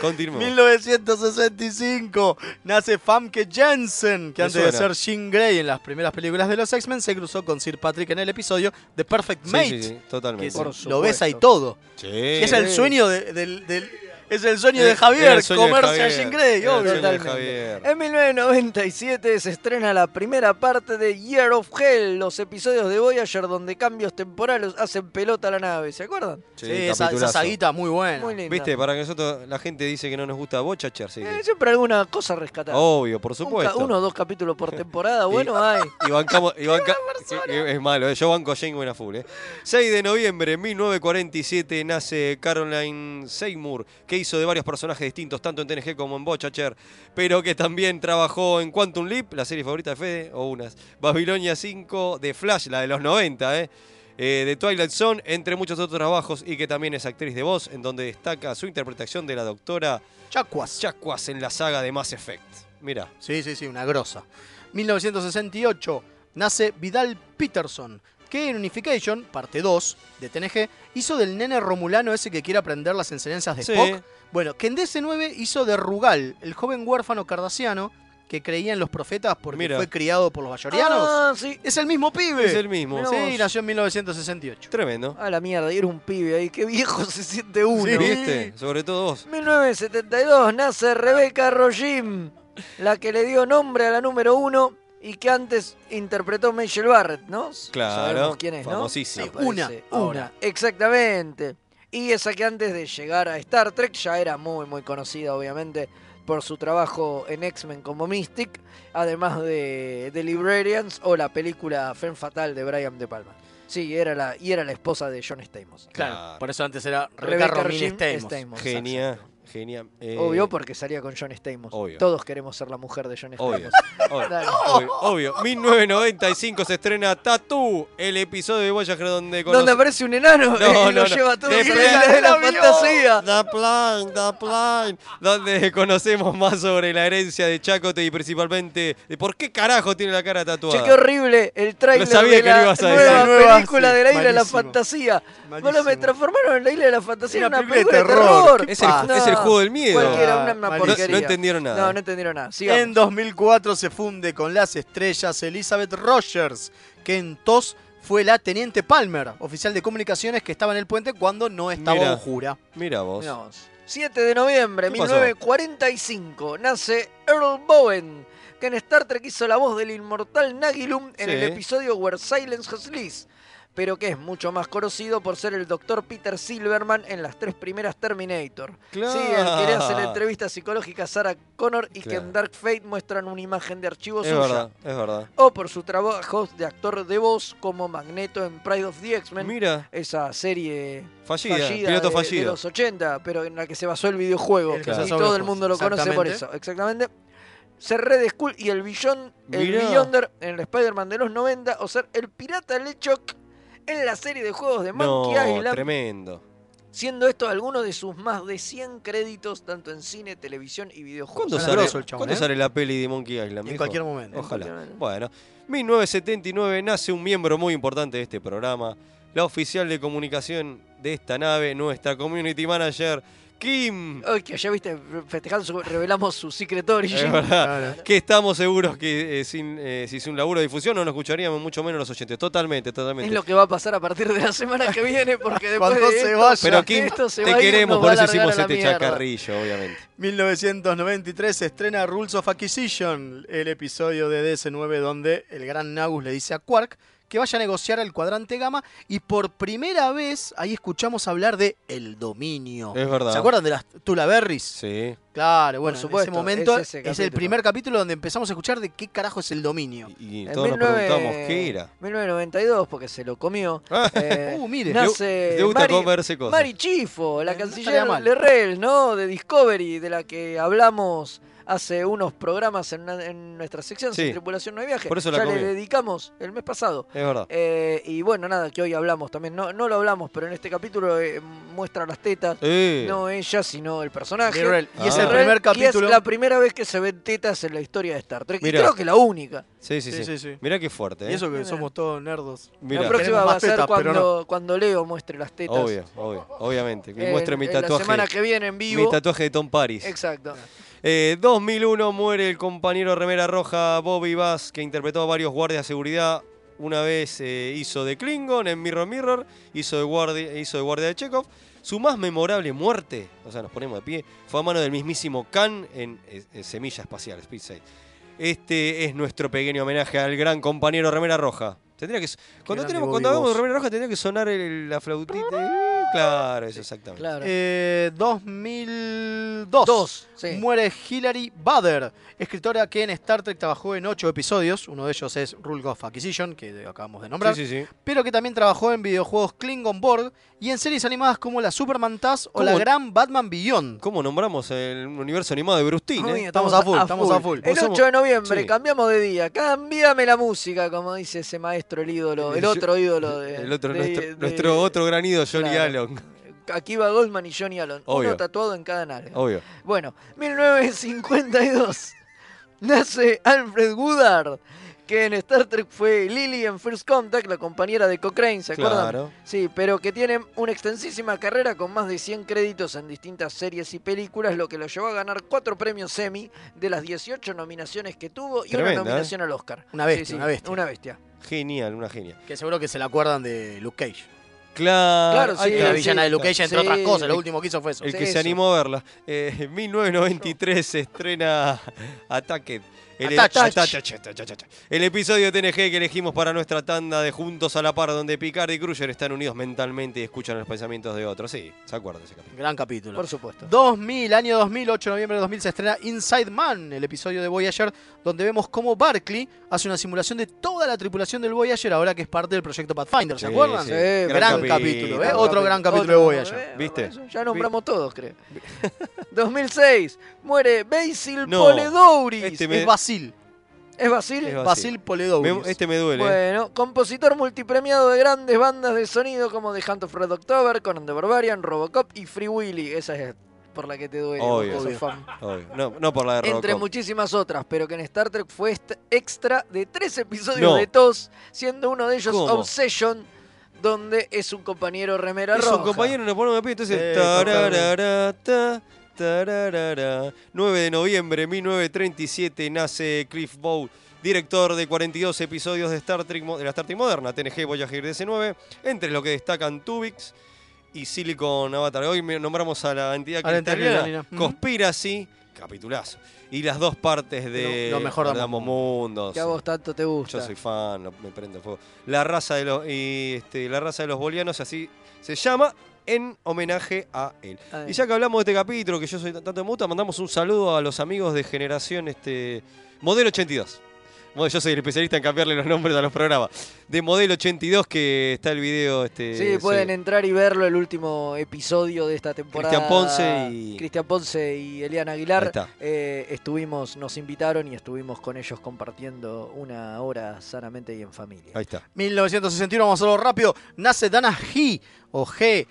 C: Continúo.
B: 1965 nace Famke Jensen, que
C: Me
B: antes de
C: suena.
B: ser Jean Grey en las primeras películas de los X-Men se cruzó con Sir Patrick en el episodio The Perfect
C: Sí,
B: Mate.
C: sí, sí, totalmente.
B: que se-
C: Por
B: lo
C: supuesto.
B: besa y todo.
C: Sí.
B: Que es el sueño de- del, del- es el sueño de
C: Era
B: Javier
C: el sueño de
B: comerse a
C: Javier,
B: Jean Grey,
C: era el
B: obvio.
C: sueño de
B: Totalmente.
C: Javier.
D: En 1997 se estrena la primera parte de Year of Hell, los episodios de Voyager donde cambios temporales hacen pelota a la nave, ¿se acuerdan?
B: Sí, esa, esa
C: capitulazo.
B: saguita muy buena.
D: Muy linda.
C: Viste, para que nosotros la gente dice que no nos gusta Bochacher, sí.
D: Eh, siempre alguna cosa rescatada.
C: Obvio, Oh, por
D: Nunca-
C: supuesto.
D: uno o dos capítulos por temporada,
C: Y-
D: bueno, hay.
C: Y bancamos. y banca- es, es malo, eh, yo banco a Jane Buena full. eh. 6 de noviembre de 1947 nace Caroline Seymour, que hizo de varios personajes distintos, tanto en TNG como en Bochacher, pero que también trabajó en Quantum Leap, la serie favorita de Fede, o unas. Babilonia 5, de Flash, la de los 90, eh. eh, de Twilight Zone, entre muchos otros trabajos, y que también es actriz de voz, en donde destaca su interpretación de la doctora
B: Chacuas.
C: Chacuas en la saga de Mass Effect. Mirá.
B: Sí, sí, sí, una grosa. 1968 nace Vidal Peterson, que en Unification, parte 2 de TNG, hizo del nene romulano ese que quiere aprender las enseñanzas de
C: Sí.
B: Spock. Bueno, que en DC9 hizo de Rugal, el joven huérfano cardasiano que creía en los profetas porque
C: Mira.
B: fue criado por los bayorianos.
D: Ah, sí.
B: Es el mismo pibe.
C: Es el mismo.
D: Mirá
B: Sí,
D: vos.
B: nació en 1968.
C: Tremendo.
D: A la mierda, y era un pibe ahí, qué viejo se siente uno.
C: ¿Viste? Sobre todo vos.
D: 1972 nace Rebeca Rojim, la que le dio nombre a la número uno y que antes interpretó Michelle Barrett, ¿no?
C: Claro.
D: Sabemos quién es, ¿no?
C: Famosísima.
B: Una,
D: Parece.
B: una.
D: Exactamente. Y esa que antes de llegar a Star Trek ya era muy, muy conocida, obviamente, por su trabajo en X-Men como Mystic, además de The Librarians o la película Femme Fatal de Brian De Palma. Sí, era la, y era la esposa de John Stamos.
B: Claro,
C: Claro.
B: por eso antes era Rebeca
D: Rebeca
B: Romine
D: Romijn
B: Stamos.
D: Stamos.
C: Genial, genial. Eh,
D: Obvio, porque salía con John Stamos.
C: obvio.
D: Todos queremos ser la mujer de John Stamos.
C: Obvio.
D: pues, Dale.
C: Obvio, obvio, obvio. 1995 se estrena Tattoo, el episodio de Voyager donde
D: Donde
C: conoce-
D: aparece un enano
C: No,
D: y lo
C: no, no.
D: lleva todo
C: De
D: el
C: Plan-
D: de la
C: Plan-
D: fantasía.
C: The Plan, The Plan, donde conocemos más sobre la herencia de Chacote y principalmente de por qué carajo tiene la cara tatuada.
D: Che, qué horrible el tráiler
C: Lo sabía
D: de
C: que lo
D: la
C: ibas a
D: nueva
C: decir.
B: Nueva,
D: película
B: sí,
D: de la isla de la
B: malísimo.
D: fantasía.
B: Malísimo.
D: Bueno, me transformaron en la isla de la fantasía en
B: Una
D: una
B: película
D: película
B: de
D: de
B: terror.
D: terror.
C: Es el-
D: ¿Qué
C: es el
D: pasa?
C: juego del miedo.
D: Cualquiera, una, una
B: No- no
D: porquería.
C: entendieron nada.
D: No, no entendieron nada. Sigamos.
B: En 2004 se funde con las estrellas Elizabeth Rogers, que en TOS fue la teniente Palmer, oficial de comunicaciones que estaba en el puente cuando no estaba
C: Mira.
B: en jura.
C: Mira vos.
D: Mirá vos. 7 de noviembre de
C: ¿Qué pasó?
D: 1945 nace Earl Bowen, que en Star Trek hizo la voz del inmortal Nagilum en
C: Sí.
D: el episodio Where Silence Has Lies, pero que es mucho más conocido por ser el doctor Peter Silverman en las tres primeras Terminator.
C: Claro.
D: Sí, al querer hacer la entrevista psicológica a Sarah Connor y que
C: Claro.
D: en Dark Fate muestran una imagen de archivo
C: Es
D: suya.
C: verdad, es verdad.
D: O por su trabajo de actor de voz como Magneto en Pride of the X-Men,
C: Mira,
D: esa serie
C: fallida,
D: fallida,
C: piloto
D: de,
C: fallido.
D: de los 80, pero en la que se basó el videojuego.
B: El que
D: Y
B: se basó
D: todo
B: el
D: el mundo lo
B: videojuego,
D: conoce por eso,
B: exactamente.
D: exactamente. Ser Red Skull y el Billon, el
C: Mirá.
D: Beyonder en el Spider-Man de los 90, o ser el Pirata Lechok en la serie de juegos de
C: No,
D: Monkey Island,
C: tremendo.
D: siendo esto algunos de sus más de 100 créditos tanto en cine, televisión y videojuegos.
C: ¿Cuándo,
B: Suena
C: sale,
B: grosso el chabón,
C: ¿cuándo
B: eh?
C: sale la peli de Monkey Island?
B: En
C: viejo?
B: cualquier momento.
D: En
C: Ojalá.
D: cualquier momento.
C: Bueno, 1979 nace un miembro muy importante de este programa, la oficial de comunicación de esta nave, nuestra community manager, Kim.
D: Ay, que ya viste, festejando, su- revelamos su Secret Origin.
C: Es verdad.
B: Claro.
C: Que estamos seguros que eh, sin, eh, si sin un laburo de difusión no nos escucharíamos mucho menos los 80. Totalmente, totalmente.
D: Es lo que va a pasar a partir de la semana que viene, porque después
B: Cuando
D: de
B: se
D: esto-
B: vaya.
C: Pero Kim,
D: esto se
C: te
D: va a ir,
C: queremos,
D: nos
C: por
D: va a
C: eso
D: largar
C: hicimos
D: a la
C: este
D: mierda.
C: chacarrillo, obviamente.
B: 1993 se estrena Rules of Acquisition, el episodio de DS9 donde el gran Nagus le dice a Quark que vaya a negociar al cuadrante gama. Y por primera vez ahí escuchamos hablar de el dominio.
C: Es verdad.
B: ¿Se acuerdan de las Tulaberries?
C: Sí.
B: Claro, bueno,
D: supuesto,
B: en ese momento
D: es
B: es,
D: ese
B: el
D: capítulo.
B: primer capítulo donde empezamos a escuchar de qué carajo es el dominio. Y,
D: En 19 1992, porque se lo comió.
C: Ah.
D: eh,
B: Uh, mire.
D: nace
C: Le- le gusta
D: Mari,
C: comerse cosas.
D: Mari Chifo, la
B: estaría
D: canciller
B: mal.
D: Lerrell, ¿no? De Discovery, de la que hablamos hace unos programas en, una- en nuestra sección
C: Sí.
D: Sin Tripulación No hay Viaje.
C: Por eso la
D: ya le
C: comió.
D: dedicamos el mes pasado.
C: Es verdad.
D: Eh, y bueno, nada, que hoy hablamos también. No, no lo hablamos, pero en este capítulo eh, muestra las tetas.
C: Eh.
D: No ella, sino el personaje.
B: Lerrell. Y es el
D: Lerrell,
B: Ah. primer
D: que Ah. es
B: capítulo.
D: la primera vez que se ven tetas en la historia de Star Trek. Y
C: Mirá.
D: creo que la única.
C: Sí, sí,
B: Sí,
C: sí.
B: sí, sí.
C: Mirá qué fuerte, ¿eh?
B: Y eso que somos todos nerdos.
C: Mirá.
D: La próxima
B: Tenemos
D: va a
B: más
D: ser
B: tetas,
D: cuando,
B: pero
D: cuando Leo muestre las tetas.
C: Obvio, obvio, obviamente. Que
D: En-
C: muestre mi
D: en la
C: tatuaje.
D: semana que viene en vivo.
C: Mi tatuaje de Tom Paris.
D: Exacto.
C: Eh, 2001 muere el compañero remera roja Bobby Bass, que interpretó a varios guardias de seguridad. Una vez eh, hizo de Klingon en Mirror Mirror, hizo de, guardia, hizo de guardia de Chekhov. Su más memorable muerte, o sea, nos ponemos de pie, fue a mano del mismísimo Khan en eh, eh, Semilla Espacial, Speed 6. Este es nuestro pequeño homenaje al gran compañero remera roja. Tendría que, so- cuando
B: grande
C: tenemos,
B: Bobby
C: cuando hagamos
B: Bass.
C: remera roja tendría que sonar el- la flautita. Eh, Claro, eso exactamente.
D: Claro.
B: Eh, 2002
D: Dos, sí.
B: muere Hilary Bader, escritora que en Star Trek trabajó en ocho episodios. Uno de ellos es Rule of Acquisition, que acabamos de nombrar.
C: Sí, sí, sí.
B: Pero que también trabajó en videojuegos Klingon Borg y en series animadas como la Superman Taz o
C: ¿Cómo?
B: la Gran Batman Beyond.
C: ¿Cómo nombramos el universo animado de Brustin?
D: Ay,
B: Estamos a full, estamos a full.
D: El
C: Somos-
D: 8 de noviembre,
C: Sí.
D: cambiamos de día. Cambiame la música, como dice ese maestro, el ídolo, el
C: Yo-
D: otro ídolo de.
C: El otro,
D: de-
C: nuestro,
D: de-
C: nuestro otro gran ídolo, Johnny
D: Claro.
C: Allen.
D: Aquí va Goldman y Johnny Allen. Uno
C: Obvio.
D: tatuado en cada nalga.
C: Obvio.
D: Bueno, 1952 nace Alfred Woodard, que en Star Trek fue Lily en First Contact, la compañera de Cochrane, ¿se acuerdan?
C: Claro.
D: Sí, pero que tiene una extensísima carrera con más de 100 créditos en distintas series y películas, lo que lo llevó a ganar cuatro premios Emmy de las 18 nominaciones que tuvo y
C: Tremenda, ¿eh?
D: una nominación al Oscar.
B: Una bestia, una bestia.
D: Una bestia.
C: Genial, una genia.
B: Que seguro que se la acuerdan de Luke Cage.
C: Claro,
D: Claro,
C: ahí
D: sí,
C: está.
B: Ah, La villana de Luke Cage, entre
D: Sí.
B: otras cosas. Lo último que hizo fue eso.
C: El
D: Sí,
C: que
D: eso.
C: se animó a verla. Eh, en 1993 se estrena Attacked. El,
B: Attached.
C: Attached, attached, attached. El episodio TNG que elegimos para nuestra tanda de Juntos a la Par, donde Picard y Crusher están unidos mentalmente y escuchan los pensamientos de otros. Sí, se acuerdan de ese capítulo.
B: Gran capítulo.
D: Por supuesto.
B: 2000, año 2008, noviembre de 2000, se estrena Inside Man, el episodio de Voyager, donde vemos cómo Barclay hace una simulación de toda la tripulación del Voyager, ahora que es parte del proyecto Pathfinder, ¿se
C: Sí,
B: acuerdan?
C: sí.
B: Gran,
C: Gran
B: capítulo,
C: capítulo,
B: ¿eh?
C: gran
B: Otro
D: capítulo.
B: gran capítulo
D: Otro,
B: de Voyager.
D: eh,
C: ¿Viste?
D: Ya nombramos todos, creo. 2006, muere Basil
C: No,
D: Poledouris.
C: este eh,
B: Es Basil.
D: ¿Es Basil?
C: es
B: Basil
C: Me-
B: Poledouris.
C: este me duele. eh.
D: Bueno, compositor multipremiado de grandes bandas de sonido como The Hunt of Red October, Conan the Barbarian, Robocop y Free Willy. Esa es por la que te duele,
C: Obvio.
D: vos que sos
B: Obvio.
D: fan.
C: Obvio. No, no por la de
D: Entre
C: Robocop.
D: muchísimas otras, pero que en Star Trek fue est- extra de tres episodios
C: No.
D: de TOS, siendo uno de ellos
C: ¿Cómo?
D: Obsession, donde es un compañero remera
C: Es
D: roja.
C: un compañero, nos ponemos de pie, entonces.
B: Sí,
C: tararara, ta, tararara. 9 de noviembre de 1937 nace Cliff Bow, director de 42 episodios de, Star Trek, mo- de la Star Trek moderna, TNG Voyager DC9, entre los que destacan Tubix y Silicon Avatar. Hoy me- nombramos a la entidad
B: A la entidad mm.
C: cristiana,
B: cristiana. Ujú.
C: Conspiracy, capitulazo. Y las dos partes de
B: Lo- lo mejor de
C: Guardamos Mundos.
D: Que a vos tanto te gusta.
C: Yo soy fan, no- me prendo fuego. La raza de los y este, la raza de los bolianos así se llama en homenaje a él.
D: Ay.
C: Y ya que hablamos de este capítulo que yo soy tanto me gusta, mandamos un saludo a los amigos de generación este Modelo 82. Bueno, yo soy el especialista en cambiarle los nombres a los programas. De Modelo 82 que está el video este
D: Sí, pueden entrar y verlo el último episodio de esta temporada.
C: Cristian Ponce y-
D: Cristian Ponce y Eliana
C: Ahí
D: Aguilar.
C: está.
D: eh, estuvimos, nos invitaron y estuvimos con ellos compartiendo una hora sanamente y en familia.
C: Ahí está.
B: 1961, vamos a hacerlo rápido. Nace Dana G o G.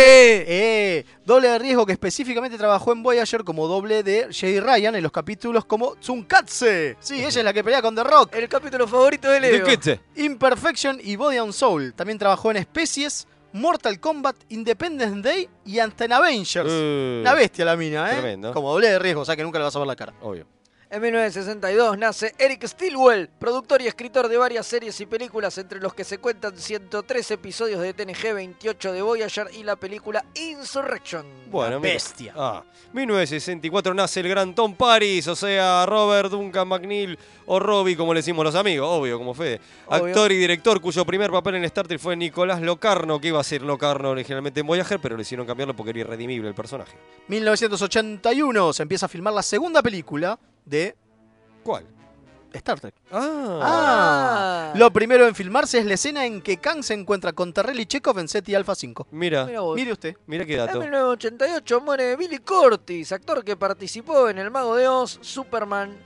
B: eh, doble de riesgo que específicamente trabajó en Voyager como doble de Jay Ryan en los capítulos como Tsunkatse. Sí, ella es la que pelea con The Rock.
D: El capítulo favorito de Leo.
C: Disquete.
B: Imperfection y Body and Soul. También trabajó en Especies, Mortal Kombat, Independence Day y hasta en Avengers.
C: Eh,
B: Una bestia la mina, ¿eh?
C: Tremendo.
B: Como doble de riesgo, o sea que nunca le vas a ver la cara.
C: Obvio.
D: En 1962 nace Eric Stilwell, productor y escritor de varias series y películas, entre los que se cuentan 103 episodios de TNG, 28 de Voyager y la película Insurrection.
C: Bueno, mira.
D: bestia.
C: Ah, 1964 nace el gran Tom Paris, o sea, Robert Duncan McNeil o Robbie, como le decimos los amigos, obvio, como Fede.
D: Obvio.
C: Actor y director cuyo primer papel en Star Trek fue Nicolás Locarno, que iba a ser Locarno originalmente en Voyager, pero le hicieron cambiarlo porque era irredimible el personaje.
B: 1981 se empieza a filmar la segunda película de
C: ¿Cuál?
B: Star Trek.
C: Ah.
B: Ah. Lo primero en filmarse es la escena en que Kang se encuentra con Terrell y Chekhov en SETI Alpha 5.
C: Mira,
D: Mirá vos.
B: Mire usted.
C: mira qué
D: En
C: dato.
D: 1988 muere Billy Curtis, actor que participó en El Mago de Oz, Superman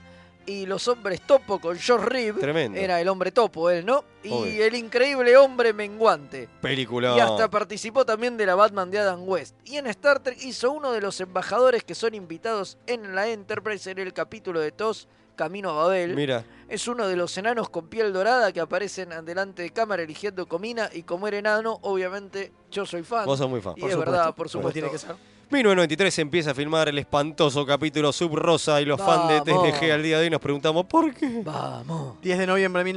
D: y Los Hombres Topo con George Reeves.
C: Tremendo.
D: Era el hombre topo él, ¿no? Y
C: Obvio.
D: El Increíble Hombre Menguante.
C: Película.
D: Y hasta participó también de la Batman de Adam West. Y en Star Trek hizo uno de los embajadores que son invitados en la Enterprise en el capítulo de TOS, Camino a Babel.
C: Mira,
D: Es uno de los enanos con piel dorada que aparecen delante de cámara eligiendo comina y como era enano, obviamente yo soy fan.
C: vos sos muy fan.
D: Y es verdad, por
B: Como
D: supuesto.
B: tiene que ser.
C: 1993 se empieza a filmar el espantoso capítulo Sub Rosa y los fans de
D: Vamos.
C: TNG al día de hoy nos preguntamos por qué.
D: Vamos.
B: 10 de noviembre de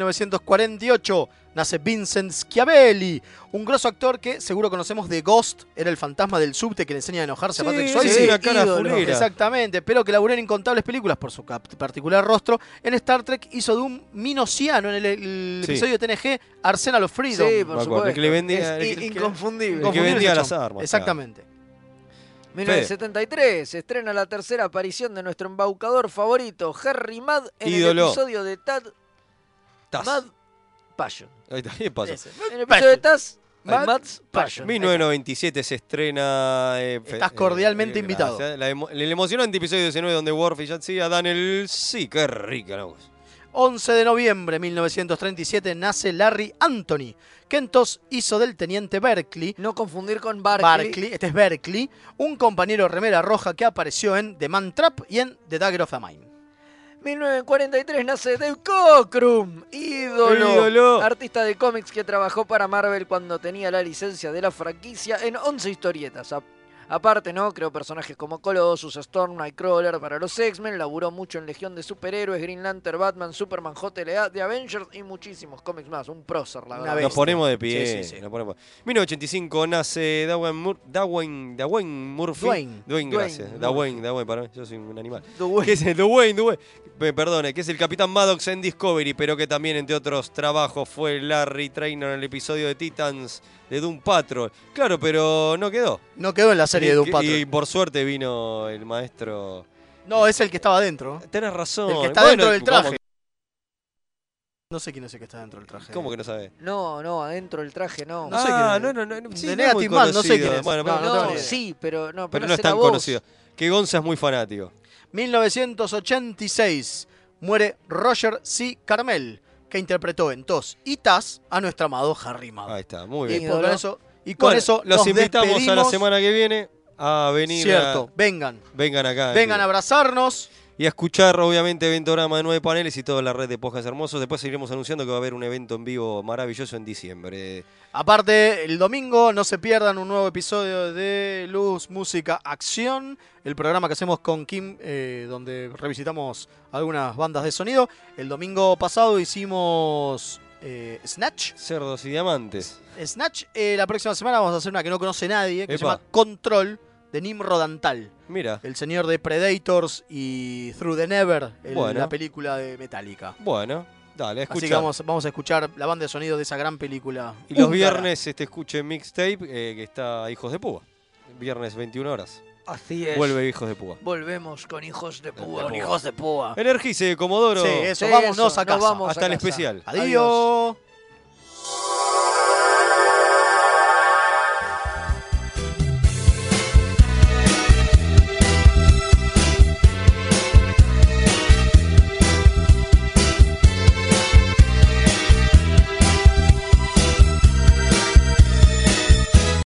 B: 1948 nace Vincent Schiavelli, un grosso actor que seguro conocemos de Ghost, era el fantasma del subte que le enseña a
C: Sí,
B: enojarse a Patrick
C: sí,
B: Swayze.
C: una cara
B: Ídolo.
C: fulera.
B: Exactamente, pero que laburó en incontables películas por su cap- particular rostro. En Star Trek hizo de un minociano en el, el
C: Sí.
B: episodio de TNG Arsenal of Freedom.
D: Sí,
C: Me
D: por
C: acuerdo, el
D: supuesto.
C: que le vendía-
D: es
C: el que-
D: inconfundible.
C: el que vendía
B: ese
C: las
B: chabón.
C: armas,
B: Exactamente.
D: 1973 se estrena la tercera aparición de nuestro embaucador favorito, Harry Mudd, en
C: Ídolo.
D: el episodio de Tad
C: Taz.
D: Mad Passion.
C: Ahí está, ¿qué pasó?
B: Ese.
D: En el episodio de Taz
B: Mad
D: Mads Passion.
C: 1997 se estrena. eh, fe-
B: Estás
C: eh,
B: cordialmente
C: eh,
B: invitado.
C: gracias. La emo- el emocionante episodio 19 donde Worf y Yatsia dan el sí, qué rica la voz.
B: 11 de noviembre de 1937 nace Larry Anthony. Kentos hizo del teniente Berkeley.
D: No confundir con Barkley.
B: Barkley, este es Berkeley, un compañero remera roja que apareció en The Man Trap y en The Dagger of the Mind.
D: 1943 nace Dave Cockrum, ídolo,
C: Ídolo.
D: artista de cómics que trabajó para Marvel cuando tenía la licencia de la franquicia en 11 historietas. A- aparte, ¿no? Creó personajes como Colossus, Storm, Nightcrawler para los X-Men, laburó mucho en Legión de Superhéroes, Green Lantern, Batman, Superman, JLA, The Avengers y muchísimos cómics más. Un prócer,
B: Una
D: la verdad.
B: bestia.
C: Nos ponemos de pie.
B: Sí, sí, sí.
C: nos ponemos- 1985 nace Dawen Mur Dawen, Dawen Murphy.
B: Dwayne.
C: gracias.
D: Dwayne
C: Dawen, Dawen, para mí, yo soy un animal.
D: Dwayne.
C: Que es el Dwayne, Dwayne. Pe- Perdone, que es el Capitán Maddox en Discovery, pero que también, entre otros trabajos, fue Larry Trainer en el episodio de Titans de Doom Patrol. Claro, pero no quedó.
B: No quedó en la serie de
C: Y-
B: un
C: Y
B: patrón.
C: por suerte vino el maestro.
B: No, es el que estaba dentro.
C: Tenés razón.
B: El que está
C: Bueno,
B: dentro del
C: ¿cómo
B: traje.
C: que-
B: No sé quién es el que está dentro del traje.
C: ¿Cómo, que no sabés?
D: No, no, adentro del traje no.
B: sé
C: ah,
B: quién es.
C: no, no, no. sí,
B: De
C: no es muy
B: Negative Man, no sé
C: conocido.
B: quién es.
C: Bueno,
B: No,
C: pero-
B: no tengo ni idea.
D: sí, pero
C: pero
D: no, pero,
C: no es
D: será
C: tan
D: vos.
C: conocido. Que Gonza es muy fanático.
B: 1986 muere Roger C. Carmel, que interpretó en Tos y Taz a nuestro amado Harry Mudd.
C: Ahí está, muy
B: Ah. Y
C: bien.
D: Sí,
B: con
D: Ídolo.
B: eso, y con
C: Bueno,
B: eso
C: los
B: nos
C: invitamos a la
B: despedimos.
C: semana que viene a venir. a-
B: Cierto, vengan.
C: vengan acá.
B: Vengan a
C: eh,
B: abrazarnos.
C: Y a escuchar, obviamente, Eventorama de nueve paneles y toda la red de podcasts hermosos. Después seguiremos anunciando que va a haber un evento en vivo maravilloso en diciembre.
B: Aparte, el domingo no se pierdan un nuevo episodio de Luz, Música, Acción, el programa que hacemos con Kim, eh, donde revisitamos algunas bandas de sonido. El domingo pasado hicimos eh, Snatch.
C: Cerdos y diamantes.
B: Snatch, eh, la próxima semana vamos a hacer una que no conoce nadie, que se
C: Epa.
B: llama Control, de Nimrod Antal.
C: Mira.
B: El señor de Predators y Through the Never, el-
C: Bueno.
B: la película de Metallica.
C: Bueno, dale, escuchamos.
B: Así que vamos, vamos a escuchar la banda de sonido de esa gran película.
C: Y los
B: húngara.
C: viernes este, escuchen mixtape eh, que está Hijos de Púa. Viernes 21 horas.
D: Así es.
C: Vuelve Hijos de Púa.
D: Volvemos con hijos de púa.
C: Con
D: hijos de púa.
C: Energice, Comodoro.
B: Sí, eso,
D: Sí,
B: vámonos
D: eso,
B: a
D: nos
B: casa.
D: vamos.
C: Hasta
D: a
C: el
D: casa.
C: especial.
B: Adiós.